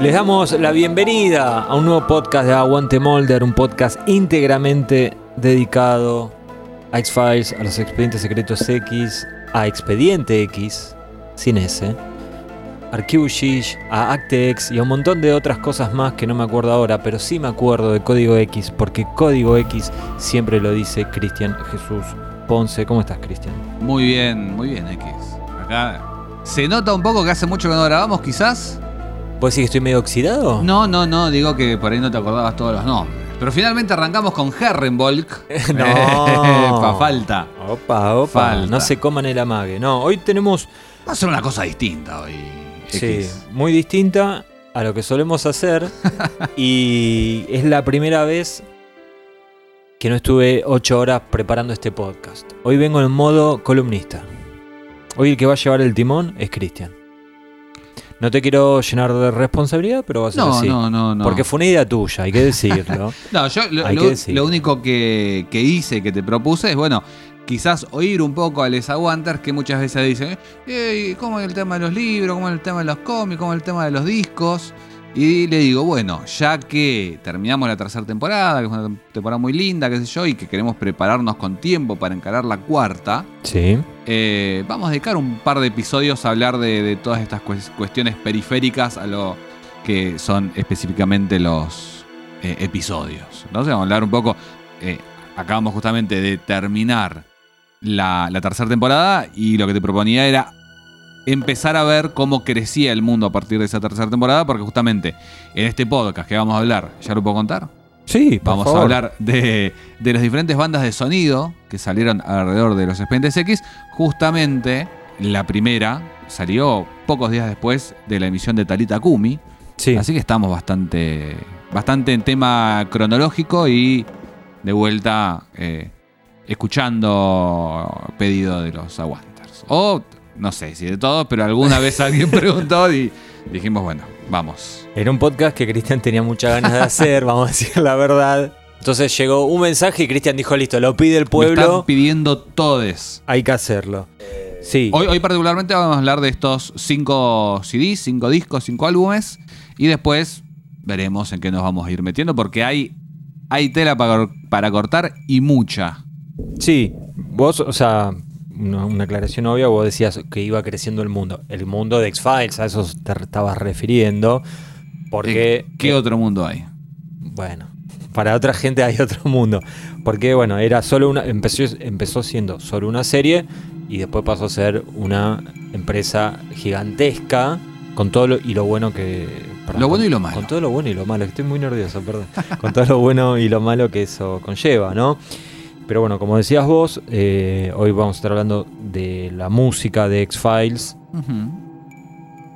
Les damos la bienvenida a un nuevo podcast de Aguante Molder, un podcast íntegramente dedicado a X-Files, a los expedientes secretos X, a Expediente X, sin S, Archivo Shish, a ActeX y a un montón de otras cosas más que no me acuerdo ahora, pero sí me acuerdo de Código X, porque Código X siempre lo dice Cristian Jesús Ponce. ¿Cómo estás, Cristian? Muy bien, muy bien, X. Acá se nota un poco que hace mucho que no grabamos, quizás. ¿Vos decís que estoy medio oxidado? No, no, no, digo que por ahí no te acordabas todos los nombres. Pero finalmente arrancamos con Herrenvolk. No. Epa, falta. Opa, opa. Falta. No se coman el amague. No, hoy tenemos Va a ser una cosa distinta hoy. X. Sí, muy distinta a lo que solemos hacer. y es la primera vez que no estuve ocho horas preparando este podcast. Hoy vengo en modo columnista. Hoy el que va a llevar el timón es Cristian. No te quiero llenar de responsabilidad, pero va a ser No, así. no, no, no. Porque fue una idea tuya, hay que decirlo. No, yo lo, Hay lo- que decir. lo único que, que hice, que te propuse, es bueno, quizás oír un poco a Les Aguanters que muchas veces dicen, "Ey, ¿cómo es el tema de los libros? ¿Cómo es el tema de los cómics? ¿Cómo es el tema de los discos? Y le digo, bueno, ya que terminamos la tercera temporada, que es una temporada muy linda, qué sé yo, y que queremos prepararnos con tiempo para encarar la cuarta, sí. eh, vamos a dedicar un par de episodios a hablar de, de todas estas cues- cuestiones periféricas a lo que son específicamente los eh, episodios. Entonces vamos a hablar un poco, eh, acabamos justamente de terminar la, la tercera temporada y lo que te proponía era empezar a ver cómo crecía el mundo a partir de esa tercera temporada, porque justamente en este podcast que vamos a hablar, ¿ya lo puedo contar? Sí, por Vamos a favor. hablar de, de las diferentes bandas de sonido que salieron alrededor de los Expedientes X. Justamente la primera salió pocos días después de la emisión de Talita Kumi. Sí. Así que estamos bastante, bastante en tema cronológico y de vuelta eh, escuchando pedido de los Aguanters. O no sé si de todos, pero alguna vez alguien preguntó y dijimos, bueno, vamos. Era un podcast que Cristian tenía muchas ganas de hacer, vamos a decir la verdad. Entonces llegó un mensaje y Cristian dijo, listo, lo pide el Me están pueblo, pidiendo todes. hay que hacerlo. Sí, Eh, Hoy, hoy particularmente vamos a hablar de estos cinco CDs, cinco discos, cinco álbumes. Y después veremos en qué nos vamos a ir metiendo porque hay, hay tela para, para cortar y mucha. sí. Vos, o sea, una, una aclaración obvia, vos decías que iba creciendo el mundo. El mundo de X-Files, a eso te estabas refiriendo. Porque... eh, ¿Qué, qué otro mundo hay? Bueno, para otra gente hay otro mundo. Porque, bueno, era solo una. Empezó, empezó siendo solo una serie y después pasó a ser una empresa gigantesca con todo lo, y lo bueno que. perdón, Lo bueno y con- lo malo. Con todo lo bueno y lo malo. Estoy muy nervioso, perdón. Con todo lo bueno y lo malo que eso conlleva, ¿no? Pero bueno, como decías vos, eh, hoy vamos a estar hablando de la música de X-Files Ujú.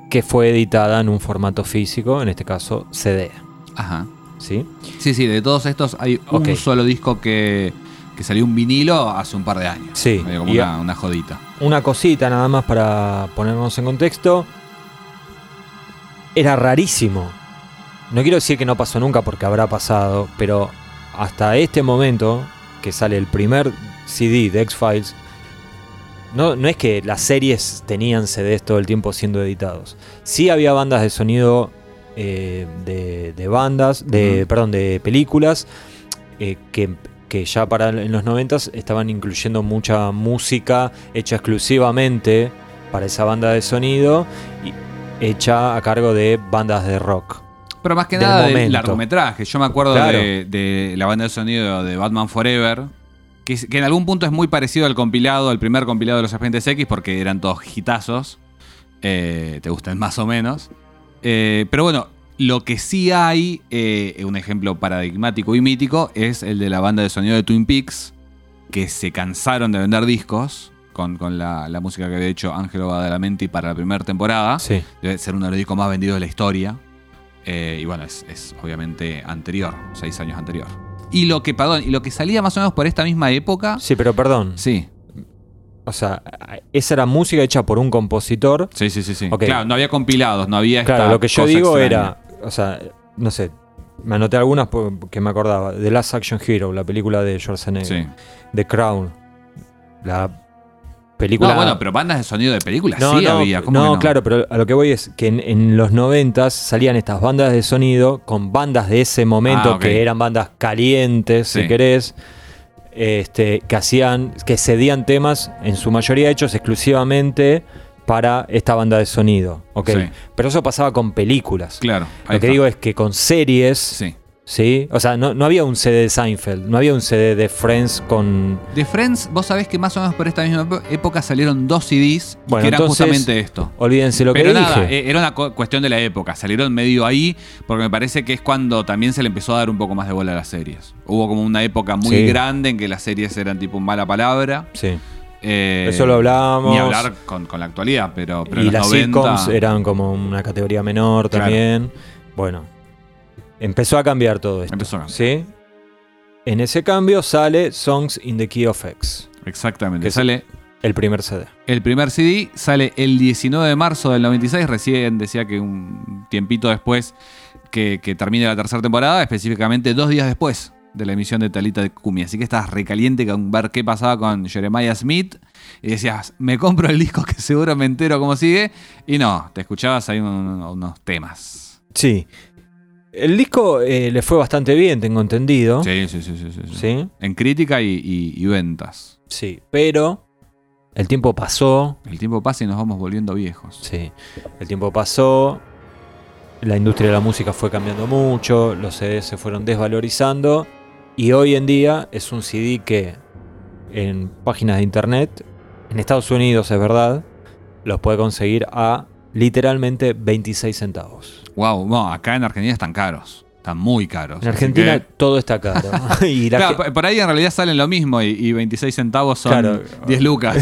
que fue editada en un formato físico, en este caso CD, Ajá. ¿sí? Sí, sí, de todos estos hay Ok. un solo disco que, que salió un vinilo hace un par de años. Sí, Medio como y- una, una jodita. una cosita nada más para ponernos en contexto. Era rarísimo. No quiero decir que no pasó nunca porque habrá pasado, pero hasta este momento que sale el primer CD de X-Files, no, no es que las series tenían CDs todo el tiempo siendo editados. Sí había bandas de sonido eh, de, de bandas, de, Ujú. perdón, de películas eh, que, que ya para en los 90 estaban incluyendo mucha música hecha exclusivamente para esa banda de sonido y hecha a cargo de bandas de rock. Pero más que Del nada del momento. largometraje. Yo me acuerdo Claro. de, de la banda de sonido de Batman Forever, que, es- que en algún punto es muy parecido al compilado, al primer compilado de los Agentes X, porque eran todos hitazos. Eh, te gustan más o menos. Eh, pero bueno, lo que sí hay, eh, un ejemplo paradigmático y mítico, es el de la banda de sonido de Twin Peaks, que se cansaron de vender discos con, con la, la música que había hecho Ángelo Badalamenti para la primera temporada. Sí. Debe ser uno de los discos más vendidos de la historia. Eh, y bueno, es, es obviamente anterior, seis años anterior. Y lo que, perdón, y lo que salía más o menos por esta misma época. Sí, pero perdón. Sí, O sea, esa era música hecha por un compositor. sí, sí, sí. sí. Ok. Claro, no había compilados, no había esta Claro, lo que yo cosa digo extraña. era, o sea, no sé, me anoté algunas po- que me acordaba. The eh, Last Action Hero, la película de Schwarzenegger. Sí. The Crown, la película. No, bueno, pero bandas de sonido de películas No, sí no, había. ¿cómo no, que no? claro, pero a lo que voy es que en, en los 90 salían estas bandas de sonido con bandas de ese momento Ah, ok. que eran bandas calientes, si Sí. querés, este, que hacían, que cedían temas, en su mayoría hechos exclusivamente para esta banda de sonido. ok. Sí. Pero eso pasaba con películas. Claro. Lo que digo es que con series, Sí. ¿sí? O sea, no, no había un CD de Seinfeld, no había un CD de Friends con. De Friends, vos sabés que más o menos por esta misma epo- época salieron dos CDs Bueno, que eran entonces, justamente esto. Olvídense lo Pero que nada, dije. eh, era una co- cuestión de la época. Salieron medio ahí porque me parece que es cuando también se le empezó a dar un poco más de bola a las series. Hubo como una época muy Sí. grande en que las series eran tipo mala palabra. sí. Eh, Eso lo hablábamos. Ni hablar con, con la actualidad, pero, pero y en los las 90, sitcoms eran como una categoría menor Claro. también. Bueno, empezó a cambiar todo esto. Empezó a cambiar. ¿sí? En ese cambio sale Songs in the Key of X, Exactamente. que se- sale el primer CD. el primer CD, sale el 19 de marzo del 96. Recién decía que un tiempito después que, que termine la tercera temporada, específicamente dos días después de la emisión de Talita de Kumi. Así que estás recaliente con ver qué pasaba con Jeremiah Smith. Y decías, me compro el disco que seguro me entero cómo sigue. Y no, te escuchabas ahí un- unos temas. Sí. El disco eh, le fue bastante bien, tengo entendido. Sí, sí, sí, sí, sí, sí. Sí. En crítica y- y- y ventas. Sí, pero el tiempo pasó, El tiempo pasa y nos vamos volviendo viejos. Sí, el tiempo pasó, la industria de la música fue cambiando mucho, los CDs se fueron desvalorizando y hoy en día es un CD que en páginas de internet, en Estados Unidos es verdad, los puede conseguir a literalmente 26 centavos. Wow, no, acá en Argentina están caros. Están muy caros. En así Argentina que- todo está caro. y la Claro, gen- por- por ahí en realidad salen lo mismo y, y 26 centavos son Claro. 10 lucas.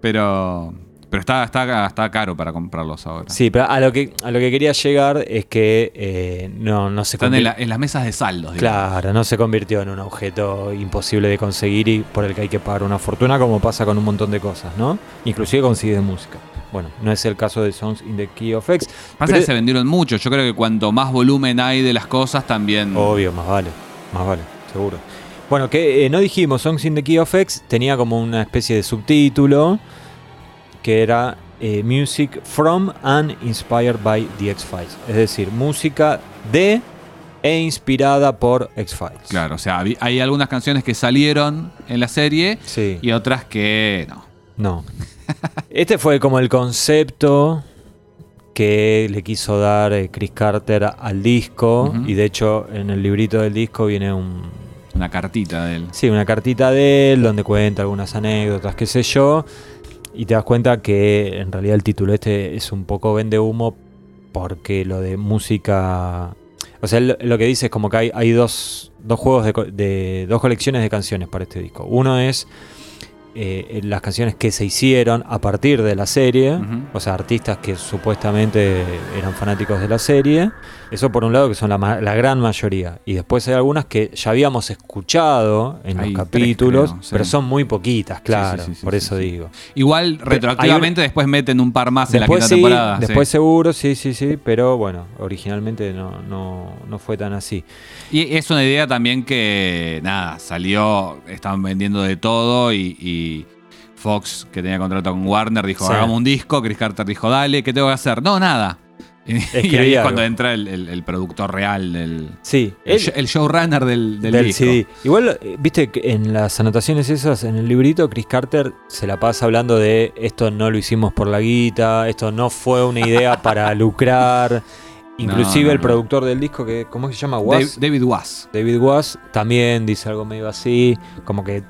pero pero está, está, está caro para comprarlos ahora. sí, pero a lo, que, a lo que quería llegar es que eh, no, no se Están en, convier- la- en las mesas de saldos. digamos. Claro, no se convirtió en un objeto imposible de conseguir y por el que hay que pagar una fortuna, como pasa con un montón de cosas, ¿no? Inclusive con CD de música. Bueno, no es el caso de Songs in the Key of X. Pasa pero- que se vendieron mucho. Yo creo que cuanto más volumen hay de las cosas, también. Obvio, más vale, más vale, seguro. Bueno, que eh, no dijimos, Songs in the Key of X tenía como una especie de subtítulo que era eh, Music from and inspired by the X-Files. Es decir, música de e inspirada por X-Files. Claro, o sea, habí- hay algunas canciones que salieron en la serie Sí. y otras que no. No. Este fue como el concepto que le quiso dar eh, Chris Carter al disco. Ujú. Y de hecho, en el librito del disco viene un. Una cartita de él. Sí, una cartita de él donde cuenta algunas anécdotas, qué sé yo. Y te das cuenta que en realidad el título este es un poco vende humo porque lo de música. O sea, él lo que dice es como que hay, hay dos, dos juegos de, co- de- dos colecciones de canciones para este disco. Uno es eh, las canciones que se hicieron a partir de la serie, Ujú. o sea, artistas que supuestamente eran fanáticos de la serie. Eso por un lado, que son la, ma- la gran mayoría. Y después hay algunas que ya habíamos escuchado en Hay los tres, capítulos, creo, sí. pero son muy poquitas, claro. sí, sí, por sí, eso sí. digo. Igual retroactivamente después meten un par más en la Después quinta sí, temporada. sí. después seguro, sí, sí, sí, pero bueno, originalmente no, no, no fue tan así. Y es una idea también que, nada, salió, estaban vendiendo de todo y, y Fox, que tenía contrato con Warner, dijo, Sí. hagamos un disco. Chris Carter dijo, dale, ¿qué tengo que hacer? No, nada. Y, Escribí ahí es algo. cuando entra el, el- el productor real, el, Sí, el, él- show- el showrunner del, del, del disco. CD. Igual, eh, viste, que en las anotaciones esas, en el librito, Chris Carter se la pasa hablando de esto no lo hicimos por la guita, esto no fue una idea para lucrar. Inclusive No, no, el no. productor del disco, que ¿cómo se llama? Dave- Was. David Was. David Was también dice algo medio así, como que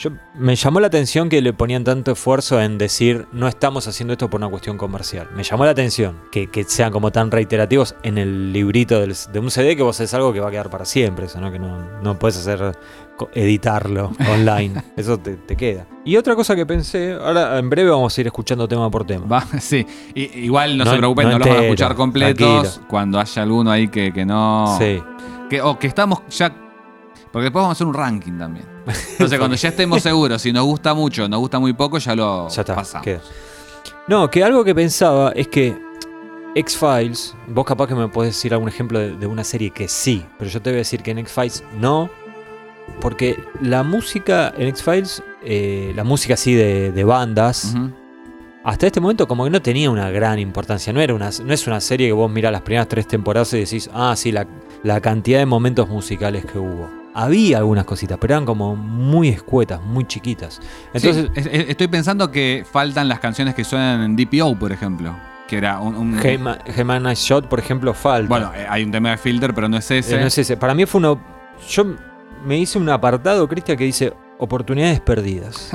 yo me llamó la atención que le ponían tanto esfuerzo en decir no estamos haciendo esto por una cuestión comercial. Me llamó la atención que, que sean como tan reiterativos en el librito del- de un CD que vos es algo que va a quedar para siempre, eso no que no, no puedes hacer co- editarlo online, eso te, te queda. Y otra cosa que pensé, ahora en breve vamos a ir escuchando tema por tema. Va, sí. Y- igual no, No- se preocupen, no no, los van a entero, escuchar completos. tranquilo. Cuando haya alguno ahí que, que no. Sí, Que, o que estamos ya. Porque después vamos a hacer un ranking también. Entonces, cuando ya estemos seguros, si nos gusta mucho, nos gusta muy poco, ya lo ya está. pasamos. queda. No, que algo que pensaba es que X-Files, vos capaz que me podés decir algún ejemplo de, de una serie que sí, pero yo te voy a decir que en X-Files no, porque la música en X-Files eh, la música así de, de bandas, Ujú. hasta este momento como que no tenía una gran importancia. No, era una, no es una serie que vos mirás las primeras tres temporadas y decís, ah, sí, la, la cantidad de momentos musicales que hubo. Había algunas cositas, pero eran como muy escuetas, muy chiquitas. Entonces, Sí, es- es- estoy pensando que faltan las canciones que suenan en DPO, por ejemplo. Que era un. un- Hey Ma- Hey Man Nice Shot, por ejemplo, falta. bueno, eh, hay un tema de filter, pero no es Eh, ese. no es ese. Para mí fue uno. Yo me hice un apartado, Cristian, que dice oportunidades perdidas.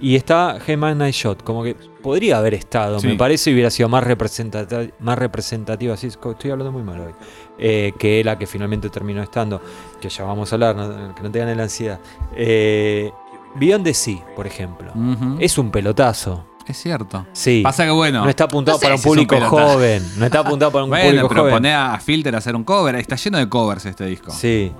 y está Hey Man Nice Shot, como que podría haber estado, Sí. me parece, y hubiera sido más representativa, más representativa. Así es, co- estoy hablando muy mal hoy. eh, que la que finalmente terminó estando, que ya vamos a hablar, no- que no te gane la ansiedad. Eh, Beyond the Sea, por ejemplo. Ujú. es, Es un pelotazo. cierto. Sí. Mm. Pasa que bueno. no. está apuntado No sé para un si son público pelotas. joven. No está apuntado para un Bueno, público pero joven. poné a Filter a hacer un cover. Está lleno de covers este disco. Sí.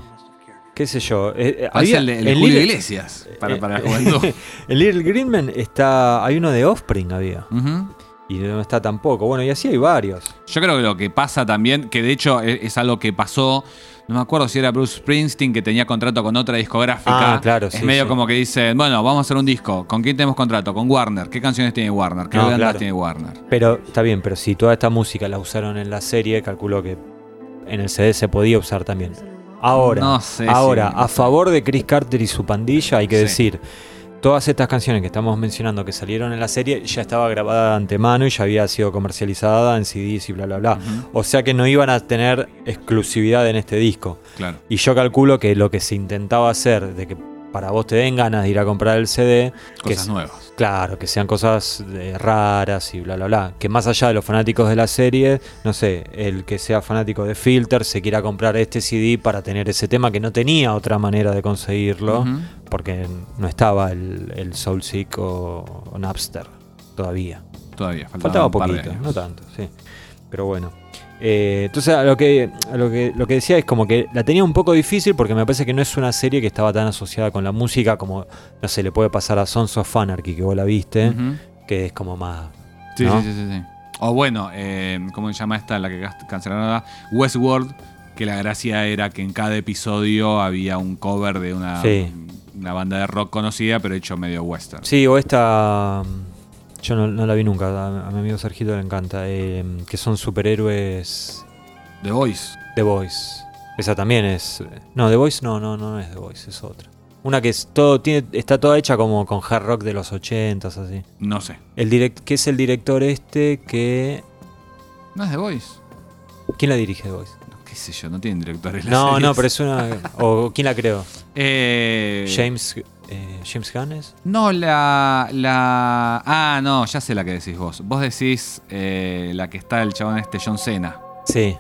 ¿Qué sé yo? eh, eh, Parece había- el de, el de en Julio Little- Iglesias para, eh, para la juventud. en Little Greenman está. Hay uno de Offspring había. Ujú. Y no está tampoco. Bueno, y así hay varios. Yo creo que lo que pasa también, que de hecho e- es, algo que pasó, no me acuerdo si era Bruce Springsteen que tenía contrato con otra discográfica. Ah, claro, Es sí, medio sí. como que dicen, bueno, vamos a hacer un disco. ¿Con quién tenemos contrato? Con Warner. ¿Qué canciones tiene Warner? ¿Qué No, bandas claro. tiene Warner? Pero está bien, pero si toda esta música la usaron en la serie, calculo que en el CD se podía usar también. Ahora, No sé si- ahora a favor de Chris Carter y su pandilla, hay que Sí. decir. Todas estas canciones que estamos mencionando que salieron en la serie ya estaba grabada de antemano y ya había sido comercializada en CDs y bla bla bla. O sea que no iban a tener exclusividad en este disco. Claro. Y yo calculo que lo que se intentaba hacer, de que para vos te den ganas de ir a comprar el CD, que Cosas es- nuevas. Claro, que sean cosas eh, raras y bla, bla, bla. Que más allá de los fanáticos de la serie, no sé, el que sea fanático de Filter se quiera comprar este CD para tener ese tema que no tenía otra manera de conseguirlo, Ujú. porque no estaba el, el Soulseek o, o Napster todavía. Todavía. Faltaba, Faltaba un par de poquito, años. no tanto, sí. Pero bueno. Eh, entonces, a lo, que, a lo que lo que decía es como que la tenía un poco difícil porque me parece que no es una serie que estaba tan asociada con la música como, no sé, le puede pasar a Sons of Anarchy, que vos la viste, Ujú. que es como más. Sí, ¿no? sí, sí, sí, sí. O bueno, eh, ¿cómo se llama esta? La que gas- cancelaron ahora. Westworld, que la gracia era que en cada episodio había un cover de una, Sí. una banda de rock conocida, pero hecho medio western. Sí, o esta. mm, Yo no, no la vi nunca, a, a mi amigo Sergito le encanta, eh, que son superhéroes The Voice. The Voice. Esa también es. No, The Voice no, no, no es The Voice, es otra. Una que es todo, tiene, está toda hecha como con hard rock de los 80s, así. No sé. El direct, ¿Qué es el director este que... No es The Voice. ¿Quién la dirige The Voice? No, qué sé yo, no tienen directores. las No, series. no, pero es una... ¿O quién la creó? Eh, James... eh, ¿James Gunn es? No, la, la. Ah, no, ya sé la que decís vos. Vos decís eh, la que está el chabón este, John Cena. Sí.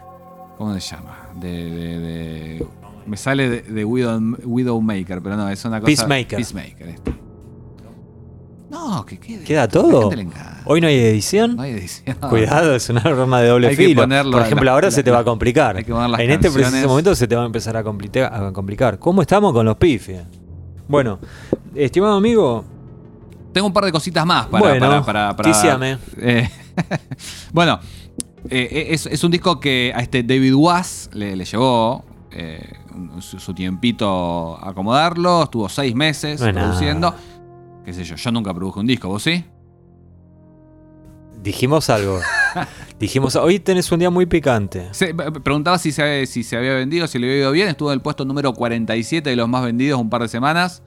¿Cómo se llama? De, de- de- me sale de, de Widow- Widowmaker, pero no, es una cosa. Peacemaker. Peacemaker, este. No, que quede. ¿Queda La todo? gente le encanta. ¿Hoy no hay edición? No hay edición. Cuidado, es una arma de doble Hay que filo. ponerlo- Por ejemplo, la- ahora la- se te va a la- complicar. hay que poner las en este canciones. preciso momento se te va a empezar a, complite- a complicar. ¿Cómo estamos con los pifes? Bueno, estimado amigo, Tengo un par de cositas más para. Bueno, para, para, para- ticiame. Eh, bueno, eh, es, es un disco que a este David Was le, le llevó. eh, un- su, su tiempito a acomodarlo, estuvo seis meses No es nada. produciendo. Qué sé yo, yo nunca produje un disco, ¿vos sí? dijimos algo. dijimos, hoy tenés un día muy picante. Se- p- preguntaba si se, si se había vendido, si le había ido bien. Estuvo en el puesto número 47 de los más vendidos un par de semanas.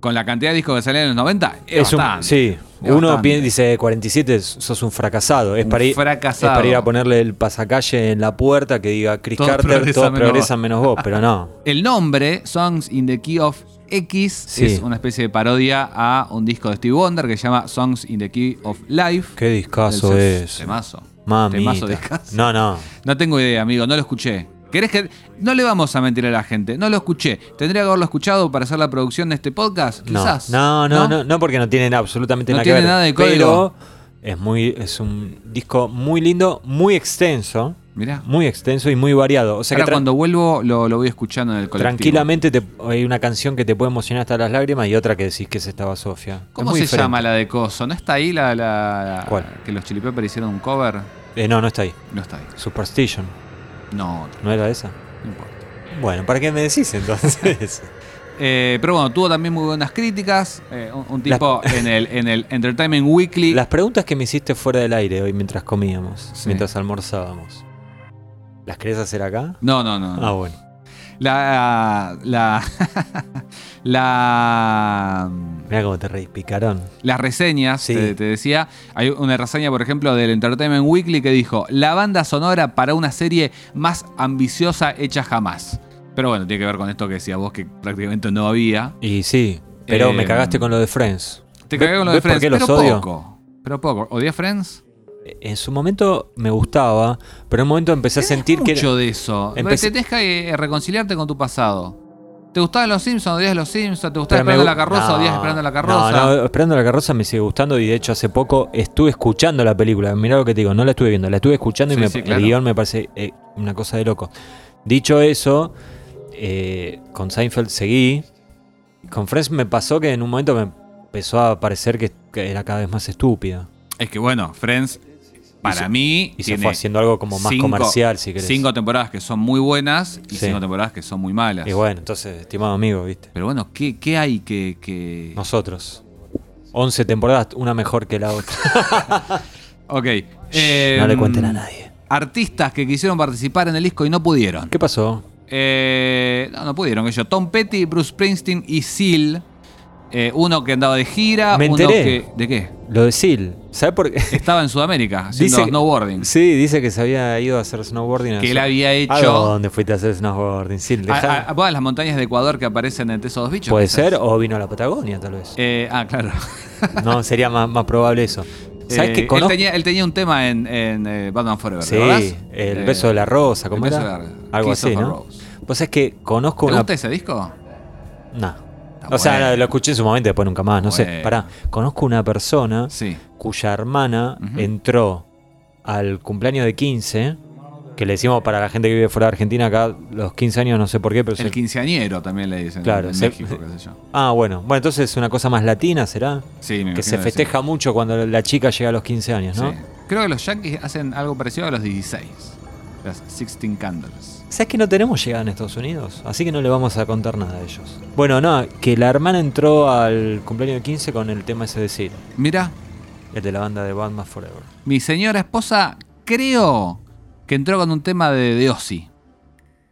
Con la cantidad de discos que salían en los 90, es, un- bastante. sí, Es uno bastante. pi- dice 47, sos un fracasado. Es, Un para ir, fracasado. es para ir a ponerle el pasacalle en la puerta que diga Chris Todos Carter, progresan todos menos progresan menos vos, pero no. El nombre, Songs in the Key of X, Sí. es una especie de parodia a un disco de Steve Wonder que se llama Songs in the Key of Life. Qué discazo Del- es. Temazo. Mami. Temazo discazo. No, no. No tengo idea, amigo, no lo escuché. ¿Querés que.? No le vamos a mentir a la gente, no lo escuché. ¿Tendría que haberlo escuchado para hacer la producción de este podcast? No, Quizás. No, no, no, no, porque no tienen absolutamente No nada tiene que ver. nada de pero código. es muy, es un disco muy lindo, muy extenso, Mirá. muy extenso y muy variado. O sea Ahora que tra- cuando vuelvo lo, lo voy escuchando en el colectivo. tranquilamente te- hay una canción que te puede emocionar hasta las lágrimas y otra que decís que es estaba Sofía. ¿Cómo se llama la de Coso? ¿No está ahí la, la- la- ¿Cuál? que los Chili Peppers hicieron un cover? Eh, no, no está ahí. No está ahí. Superstition, No, otra, ¿no era esa? no importa. Bueno, ¿para qué me decís entonces? Eh, pero bueno, tuvo también muy buenas críticas. eh, un, un tipo en, el, en el Entertainment Weekly. Las preguntas que me hiciste fuera del aire hoy mientras comíamos, Sí. mientras almorzábamos. ¿Las querés hacer acá? No, no, no. no. Ah, bueno. La. La. la. Mira cómo te reís, picarón. Las reseñas, Sí. te, te decía. Hay una reseña, por ejemplo, del Entertainment Weekly que dijo: La banda sonora para una serie más ambiciosa hecha jamás. Pero bueno, tiene que ver con esto que decías vos, que prácticamente no había. Y sí, pero me Eh, cagaste con lo de Friends. Te ¿Ve- cagué con lo de ves por Friends, qué los pero odio? poco. Pero poco. ¿Odias Friends? En su momento me gustaba, pero en un momento empecé a Tenés sentir que. mucho de eso. Empecé- Tenés que eh, reconciliarte con tu pasado. ¿Te gustaban los Simpsons? ¿Odias los Simpsons? ¿Te gustaba Pero me Esperando gu- la carroza? No, ¿Odias Esperando la carroza? No, no, Esperando la carroza me sigue gustando y de hecho hace poco estuve escuchando la película. Mirá lo que te digo, no la estuve viendo, la estuve escuchando Sí, y me- sí, claro. el guión me parece eh, una cosa de loco. Dicho eso, eh, con Seinfeld seguí. Con Friends me pasó que en un momento me empezó a parecer que, que era cada vez más estúpida. Es que bueno, Friends, para se- mí, Y se tiene fue haciendo algo como más cinco- comercial, si querés. cinco temporadas que son muy buenas y Sí. cinco temporadas que son muy malas. y bueno, entonces, estimado amigo, ¿viste? Pero bueno, ¿qué, qué hay que...? que- Nosotros. 11 temporadas, una mejor que la otra. Ok. eh, no le cuenten a nadie. Artistas que quisieron participar en el disco y no pudieron. ¿Qué pasó? Eh, no, no pudieron ellos. Tom Petty, Bruce Springsteen y Seal. Eh, uno que andaba de gira. Me uno enteré. que- ¿De qué? Lo de Sil. ¿Sabe por qué? Estaba en Sudamérica haciendo Dice- snowboarding. Sí, dice que se había ido a hacer snowboarding. a Que él hacer- había Ah, ¿A hecho. dónde fuiste a hacer snowboarding? Sil, A, dejá- a- a- a las montañas de Ecuador que aparecen entre esos dos bichos. Puede quizás. ser, o vino a la Patagonia, tal vez. Eh, ah, claro. No, sería más, más probable eso. ¿Sabes Eh, qué él, conozco? tenía, él tenía un tema en, en, eh, Batman Forever. Sí, ¿recordás? el Eh, beso de la rosa, ¿cómo El beso era? de la- Algo Kiss así, of a ¿no? Rose. Pues es que conozco ¿Te una. gusta ese disco? Nah. Está O sea, bueno. lo escuché en su momento, después nunca más, no sé. Bueno. Pará, conozco una persona Sí. cuya hermana Ujú. entró al cumpleaños de 15, que le decimos para la gente que vive fuera de Argentina, acá los 15 años, no sé por qué, pero El se- quinceañero también le dicen. Claro, en se- México, qué sé yo. Ah, bueno. Bueno, entonces es una cosa más latina, ¿será? Sí, me Que se imagino sí. festeja mucho cuando la chica llega a los 15 años, ¿no? Sí. Creo que los Yankees hacen algo parecido a los 16. Las 16 Candles. ¿Sabes que no tenemos llegada en Estados Unidos? Así que no le vamos a contar nada a ellos. Bueno, no, que la hermana entró al cumpleaños de 15 con el tema ese de Seal, Mira, el de la banda de Batman Forever. mi señora esposa creo que entró con un tema de, de Ozzy.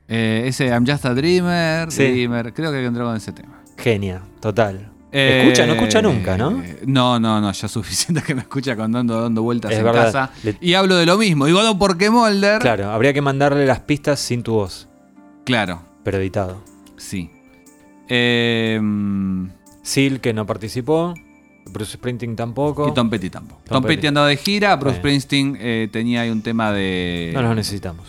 Eh, ese I'm Just a Dreamer, Sí. Dreamer, creo que entró con ese tema. Genia, total. Eh, escucha, no escucha nunca, ¿no? eh, No, no, no, ya es suficiente que me escucha con dando, dando vueltas Es en verdad. casa. Le- Y hablo de lo mismo, digo, no, porque Molder. Claro, habría que mandarle las pistas sin tu voz, Claro, pero editado. sí. Eh, y Seal, que no participó. Bruce Sprinting tampoco. Tom Petty tampoco. Tom, Petty. Petty, andaba de gira, Bruce Está bien. Springsteen eh, tenía ahí un tema de... No los necesitamos.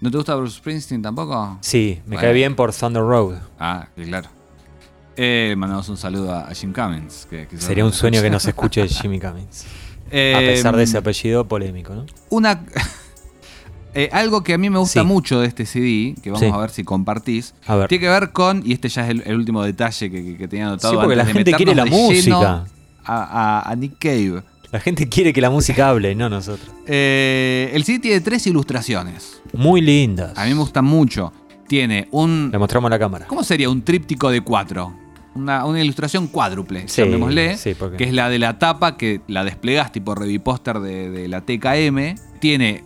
¿No te gusta Bruce Springsteen tampoco? Sí, me Bueno. cae bien por Thunder Road. Ah, sí, claro. Eh, mandamos un saludo a a Jim Cummins. que- que se Sería un lo- sueño que nos escuche Jimmy Cummins. Eh, A pesar de ese apellido polémico, ¿no? Una, eh, algo que a mí me gusta Sí. mucho de este CD, que vamos Sí. a ver si compartís, A ver. tiene que ver con, y este ya es el, el último detalle que, que- que tenía anotado. Sí, porque la antes de gente quiere la meternos de lleno música. A, a- a Nick Cave. La gente quiere que la música hable, no nosotros. Eh, el CD tiene tres ilustraciones. Muy lindas. A mí me gustan mucho. Tiene un. Le mostramos a la cámara. ¿Cómo sería un tríptico de cuatro? Una, una ilustración cuádruple, Sí, llamémosle, sí, porque- que es la de la tapa que la desplegás tipo revipóster de, de la TKM. Tiene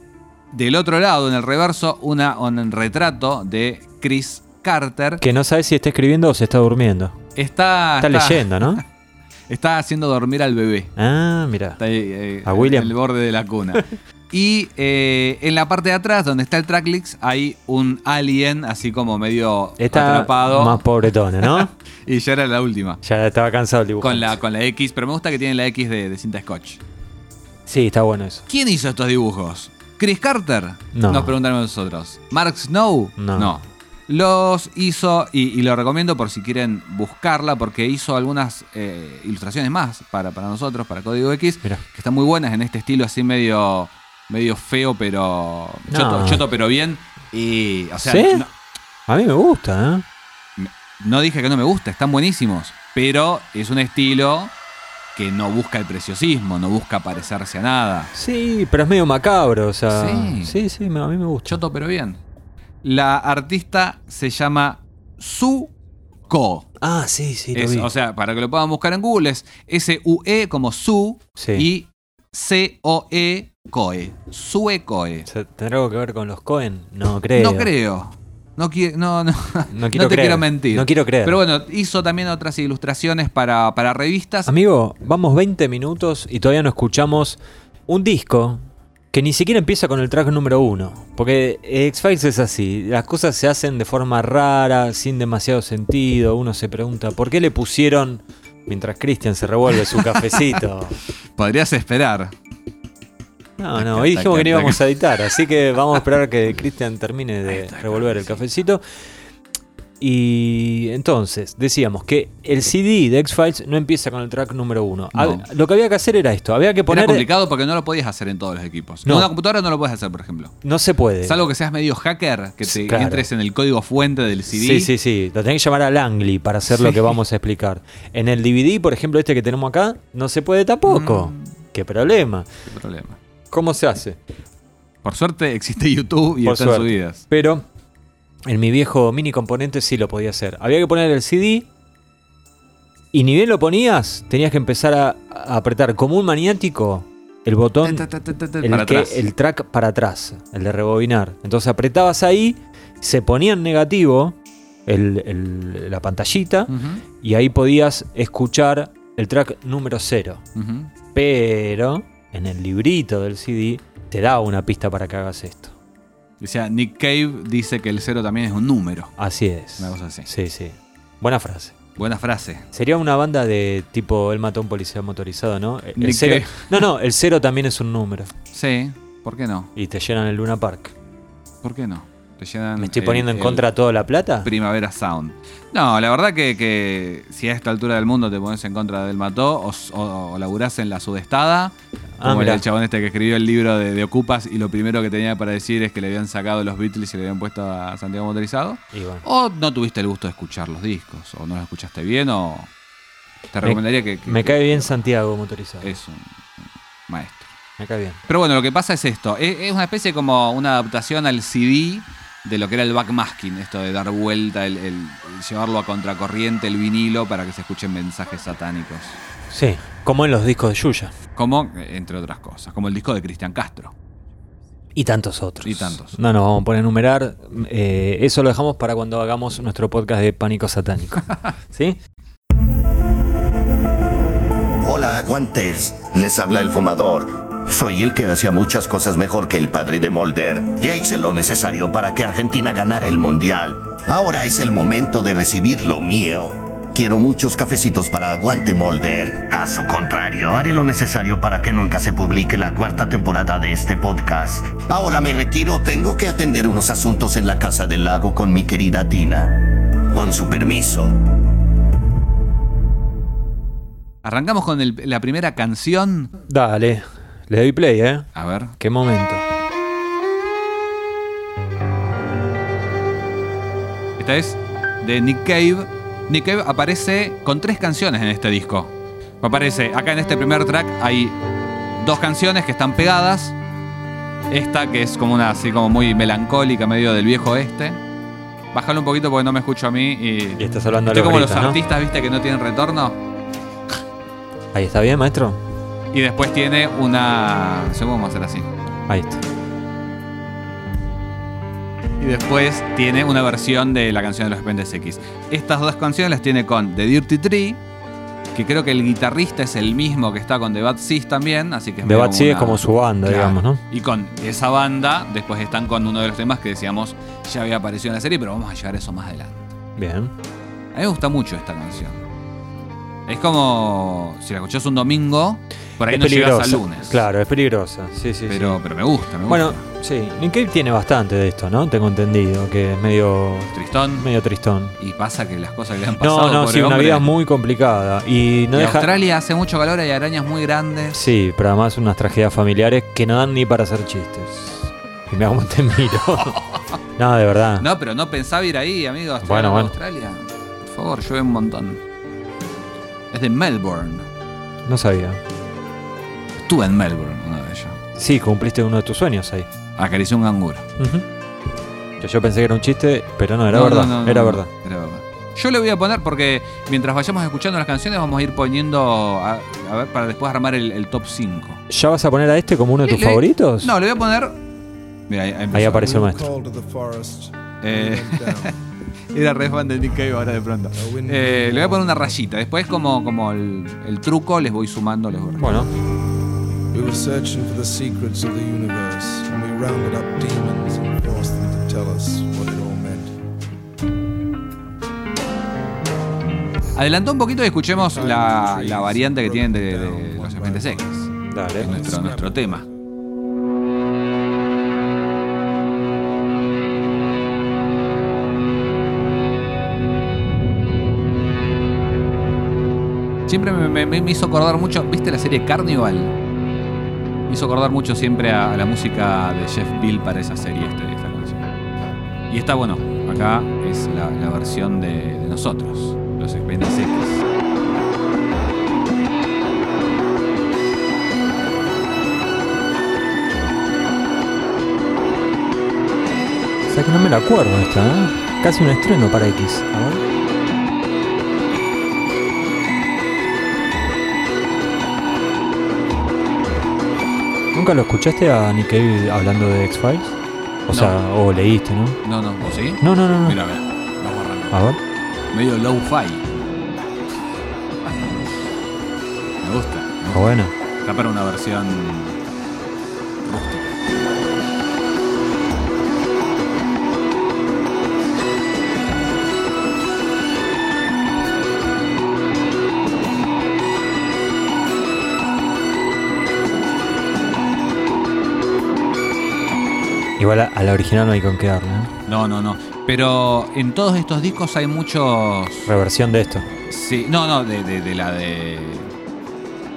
del otro lado, en el reverso, una, un retrato de Chris Carter. Que no sabes si está escribiendo o se está durmiendo. Ah, Está, Está leyendo, ¿no? Está haciendo dormir al bebé. Ah, mira. Está ahí, eh, A William. en el borde de la cuna. y eh, en la parte de atrás, donde está el tracklist, hay un alien así como medio Está atrapado. más pobretona, ¿no? Y ya era la última. ya estaba cansado el dibujo. Con la, con la X, pero me gusta que tiene la X de, de cinta scotch. Sí, está bueno eso. ¿Quién hizo estos dibujos? ¿Chris Carter? No. Nos preguntaron nosotros. ¿Mark Snow? No. Los hizo, y, y lo recomiendo por si quieren buscarla, porque hizo algunas eh, ilustraciones más para, para nosotros, para Código X, Mira. que están muy buenas en este estilo así medio, medio feo, pero. No. Choto, choto, pero bien. Y. O sea, ¿Sí? no, A mí me gusta, ¿eh? no dije que no me gusta, están buenísimos, pero es un estilo que no busca el preciosismo, no busca parecerse a nada. Sí, pero es medio macabro, o sea. Sí. sí, sí, me- a mí me gusta. Choto, pero bien. La artista se llama Su Co. Ah, sí, sí, lo Es- vi. o sea, para que lo puedan buscar en Google es S-U-E como su Sí. y E C-O-E Coe. Suecoe. O sea, ¿Tendrá algo que ver con los Cohen? No creo. No creo. No, qui- no, no, No quiero te creer. quiero mentir. No quiero creer. Pero bueno, hizo también otras ilustraciones para, para revistas. Amigo, vamos 20 minutos y todavía no escuchamos un disco que ni siquiera empieza con el track número uno. Porque X-Files es así, las cosas se hacen de forma rara, sin demasiado sentido. Uno se pregunta, ¿por qué le pusieron, mientras Christian se revuelve su cafecito? Podrías esperar. No, no, hoy dijimos que no íbamos a editar, así que vamos a esperar que Cristian termine de revolver el cafecito. Y entonces, decíamos que el CD de X-Files no empieza con el track número uno. A- No. Lo que había que hacer era esto, había que Era poner... complicado porque no lo podías hacer en todos los equipos. No. En una computadora no lo puedes hacer, por ejemplo. No se puede. Salvo que seas medio hacker, que Sí, te claro. entres en el código fuente del CD. Sí, sí, sí. Lo tenés que llamar a Langley para hacer lo Sí. que vamos a explicar. En el DVD, por ejemplo, este que tenemos acá, no se puede tampoco. Mm. ¿Qué problema? Qué problema. ¿Cómo se hace? Por suerte existe YouTube y Por están suerte. subidas. Pero en mi viejo mini componente sí lo podía hacer. Había que poner el CD y ni bien lo ponías, tenías que empezar a, a apretar como un maniático el botón, Ta, ta, ta, ta, ta, el, para que- atrás. el track para atrás, el de rebobinar. Entonces apretabas ahí, se ponía en negativo el- el- la Mm. pantallita Ujú, y ahí podías escuchar el track número 0. ujú. Pero en el librito del CD te da una pista para que hagas esto. O sea, Nick Cave dice que el cero también es un número. Así es. Una cosa así. Sí, sí. Buena frase. Buena frase. Sería una banda de tipo El mató a un policía motorizado, ¿no? El- El Ni cero, que- no, no, el cero también es un número. Sí, ¿por qué no? Y te llenan el Luna Park. ¿Por qué Ah, no? Te llenan ¿Me estoy el- poniendo en el contra toda la plata? Primavera Sound. No, la verdad que, que si a esta altura del mundo te pones en contra del Mató o, o- o laburás en la sudestada, Ah, como mirá. el chabón este que escribió el libro de, de Ocupas y lo primero que tenía para decir es que le habían sacado los Beatles y le habían puesto a Santiago Motorizado, Y bueno. o no tuviste el gusto de escuchar los discos, o no los escuchaste bien, o te recomendaría que, que- Me que- cae bien Santiago motorizado. es un maestro. Me cae bien. Pero bueno, lo que pasa es esto. E-, Es, es una especie como una adaptación al CD de lo que era el backmasking, esto de dar vuelta, el, el- el llevarlo a contracorriente, el vinilo, para que se escuchen mensajes satánicos. Sí, como en los discos de Yuya. Como, eh, entre otras cosas, como el disco de Cristian Castro. Y tantos otros. Y tantos. No nos vamos a poner a enumerar. eh, eso lo dejamos para cuando hagamos nuestro podcast de Pánico Satánico. ¿Sí? Hola, aguantes. Les habla el fumador. Soy el que hacía muchas cosas mejor que el padre de Mulder. Ya hice lo necesario para que Argentina ganara el mundial. Ahora es el momento de recibir lo mío. Quiero muchos cafecitos para Aguante Mulder. A su contrario, haré lo necesario para que nunca se publique la cuarta temporada de este podcast. Ahora me retiro, tengo que atender unos asuntos en la casa del lago con mi querida Tina. Con su permiso. Arrancamos con el- la primera canción. Dale, le doy play, ¿eh? A ver. Qué momento. Esta es de Nick Cave. Nick Cave aparece con tres canciones en este disco. Aparece acá en este primer track hay dos canciones que están pegadas. Esta que es como una así como muy melancólica, medio del viejo este. Bájalo un poquito porque no me escucho a mí y. Y estás hablando a Estoy los como los gritos, ¿no? artistas, viste, que no tienen retorno. Ahí está bien, maestro. Y después tiene una. No sé cómo vamos a hacer así. Ahí está. Y después tiene una versión de la canción de los Pendes X. Estas dos canciones las tiene con The Dirty Tree, que creo que el guitarrista es el mismo que está con The Bad Seeds también, así que... The medio Bad Seeds una- es como su banda, Claro. digamos, ¿no? Y con esa banda, después están con uno de los temas que decíamos ya había aparecido en la serie, pero vamos a llegar a eso más adelante. Bien. A mí me gusta mucho esta canción. Es como si la escuchás un domingo, por ahí es no llegas al peligrosa. lunes. Claro, es peligrosa. Sí, sí, sí. Pero, pero me gusta, me gusta. Bueno, sí, Nick Cave tiene bastante de esto, ¿no? Tengo entendido que es medio, Tristón. medio tristón. Y pasa que las cosas que le han pasado No, no, pobre sí, una hombre, vida muy complicada. Y no Y deja. Australia hace mucho calor, hay arañas muy grandes. Sí, pero además unas tragedias familiares que no dan ni para hacer chistes. Y mira cómo te miro. no, de verdad. No, pero no pensaba ir ahí, amigos. Bueno, bueno. Australia. Por favor, llueve un montón. Es de Melbourne. No sabía. Estuve en Melbourne una vez yo. Sí, cumpliste uno de tus sueños ahí. Acaricié un canguro. Ujú. Que Yo pensé que era un chiste, pero no, era No, verdad. no, no, no, era no, verdad. Era verdad. Yo le voy a poner porque mientras vayamos escuchando las canciones vamos a ir poniendo, a, a ver, para después armar el, el top 5. ¿Ya vas a poner a este como uno de tus Le- le- favoritos? No, le voy a poner... Mira, ahí, Ahí empezó. aparece el maestro. Eh, Era re fan de Nick Cave ahora de pronto. Eh, le voy a poner una rayita. Después, como, como el, el truco, les voy sumando, les voy Bueno, We were searching for the secrets of the universe, and we rounded up demons and forced them to tell us what it all meant. Adelantó un poquito y escuchemos la, la variante que tienen de, de los agentes X. dale. Es nuestro, nuestro tema. Siempre me, me- me hizo acordar mucho, ¿viste la serie Carnival? Me hizo acordar mucho siempre a, a la música de Jeff Bill para esa serie, este- esta canción. Y está bueno, acá es la, la versión de, de nosotros, los Expedientes X. O sea que no me la acuerdo esta, ¿eh? Casi un estreno para X. A ver. ¿Nunca lo escuchaste a Nick Cave hablando de X-Files? O No. sea, o leíste, ¿no? No, no, ¿vos sí? No, no, no, no. Mira, a ver, vamos a arrancar. A ver. Medio low-fi. Me gusta. Ah, bueno. Está para una versión rústica. Igual a, a la original no hay con qué darle, ¿eh? No, no, no. Pero en todos estos discos hay muchos. Reversión de esto. Sí, no, no, de, de- de la de.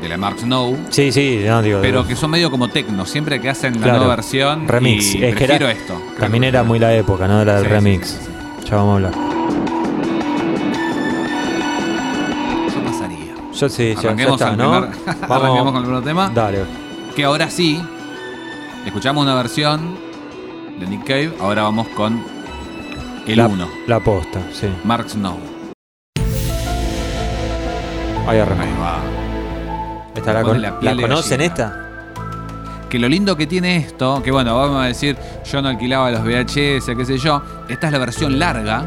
De la Mark Snow. Sí, sí, no digo. Pero digo, que son medio como techno. Siempre que hacen la Claro. nueva versión. remix. Y es que prefiero era, esto. Creo también que- era muy la época, ¿no? La del Sí, sí, remix. sí, sí. Ya vamos a hablar. Yo pasaría. Yo sí, ya- ya, Arranquemos está, al ¿no? primer- arranquemos con el primer tema. Dale. Que ahora sí, escuchamos una versión de Nick Cave, ahora vamos con el la, 1, La posta, sí. Mark Snow. Ahí arranca. Ahí va. Esta la, Pone con- la ¿la piel de conocen gallina. esta? Que lo lindo que tiene esto, que bueno, vamos a decir, yo no alquilaba los VHS, qué sé yo, esta es la versión larga,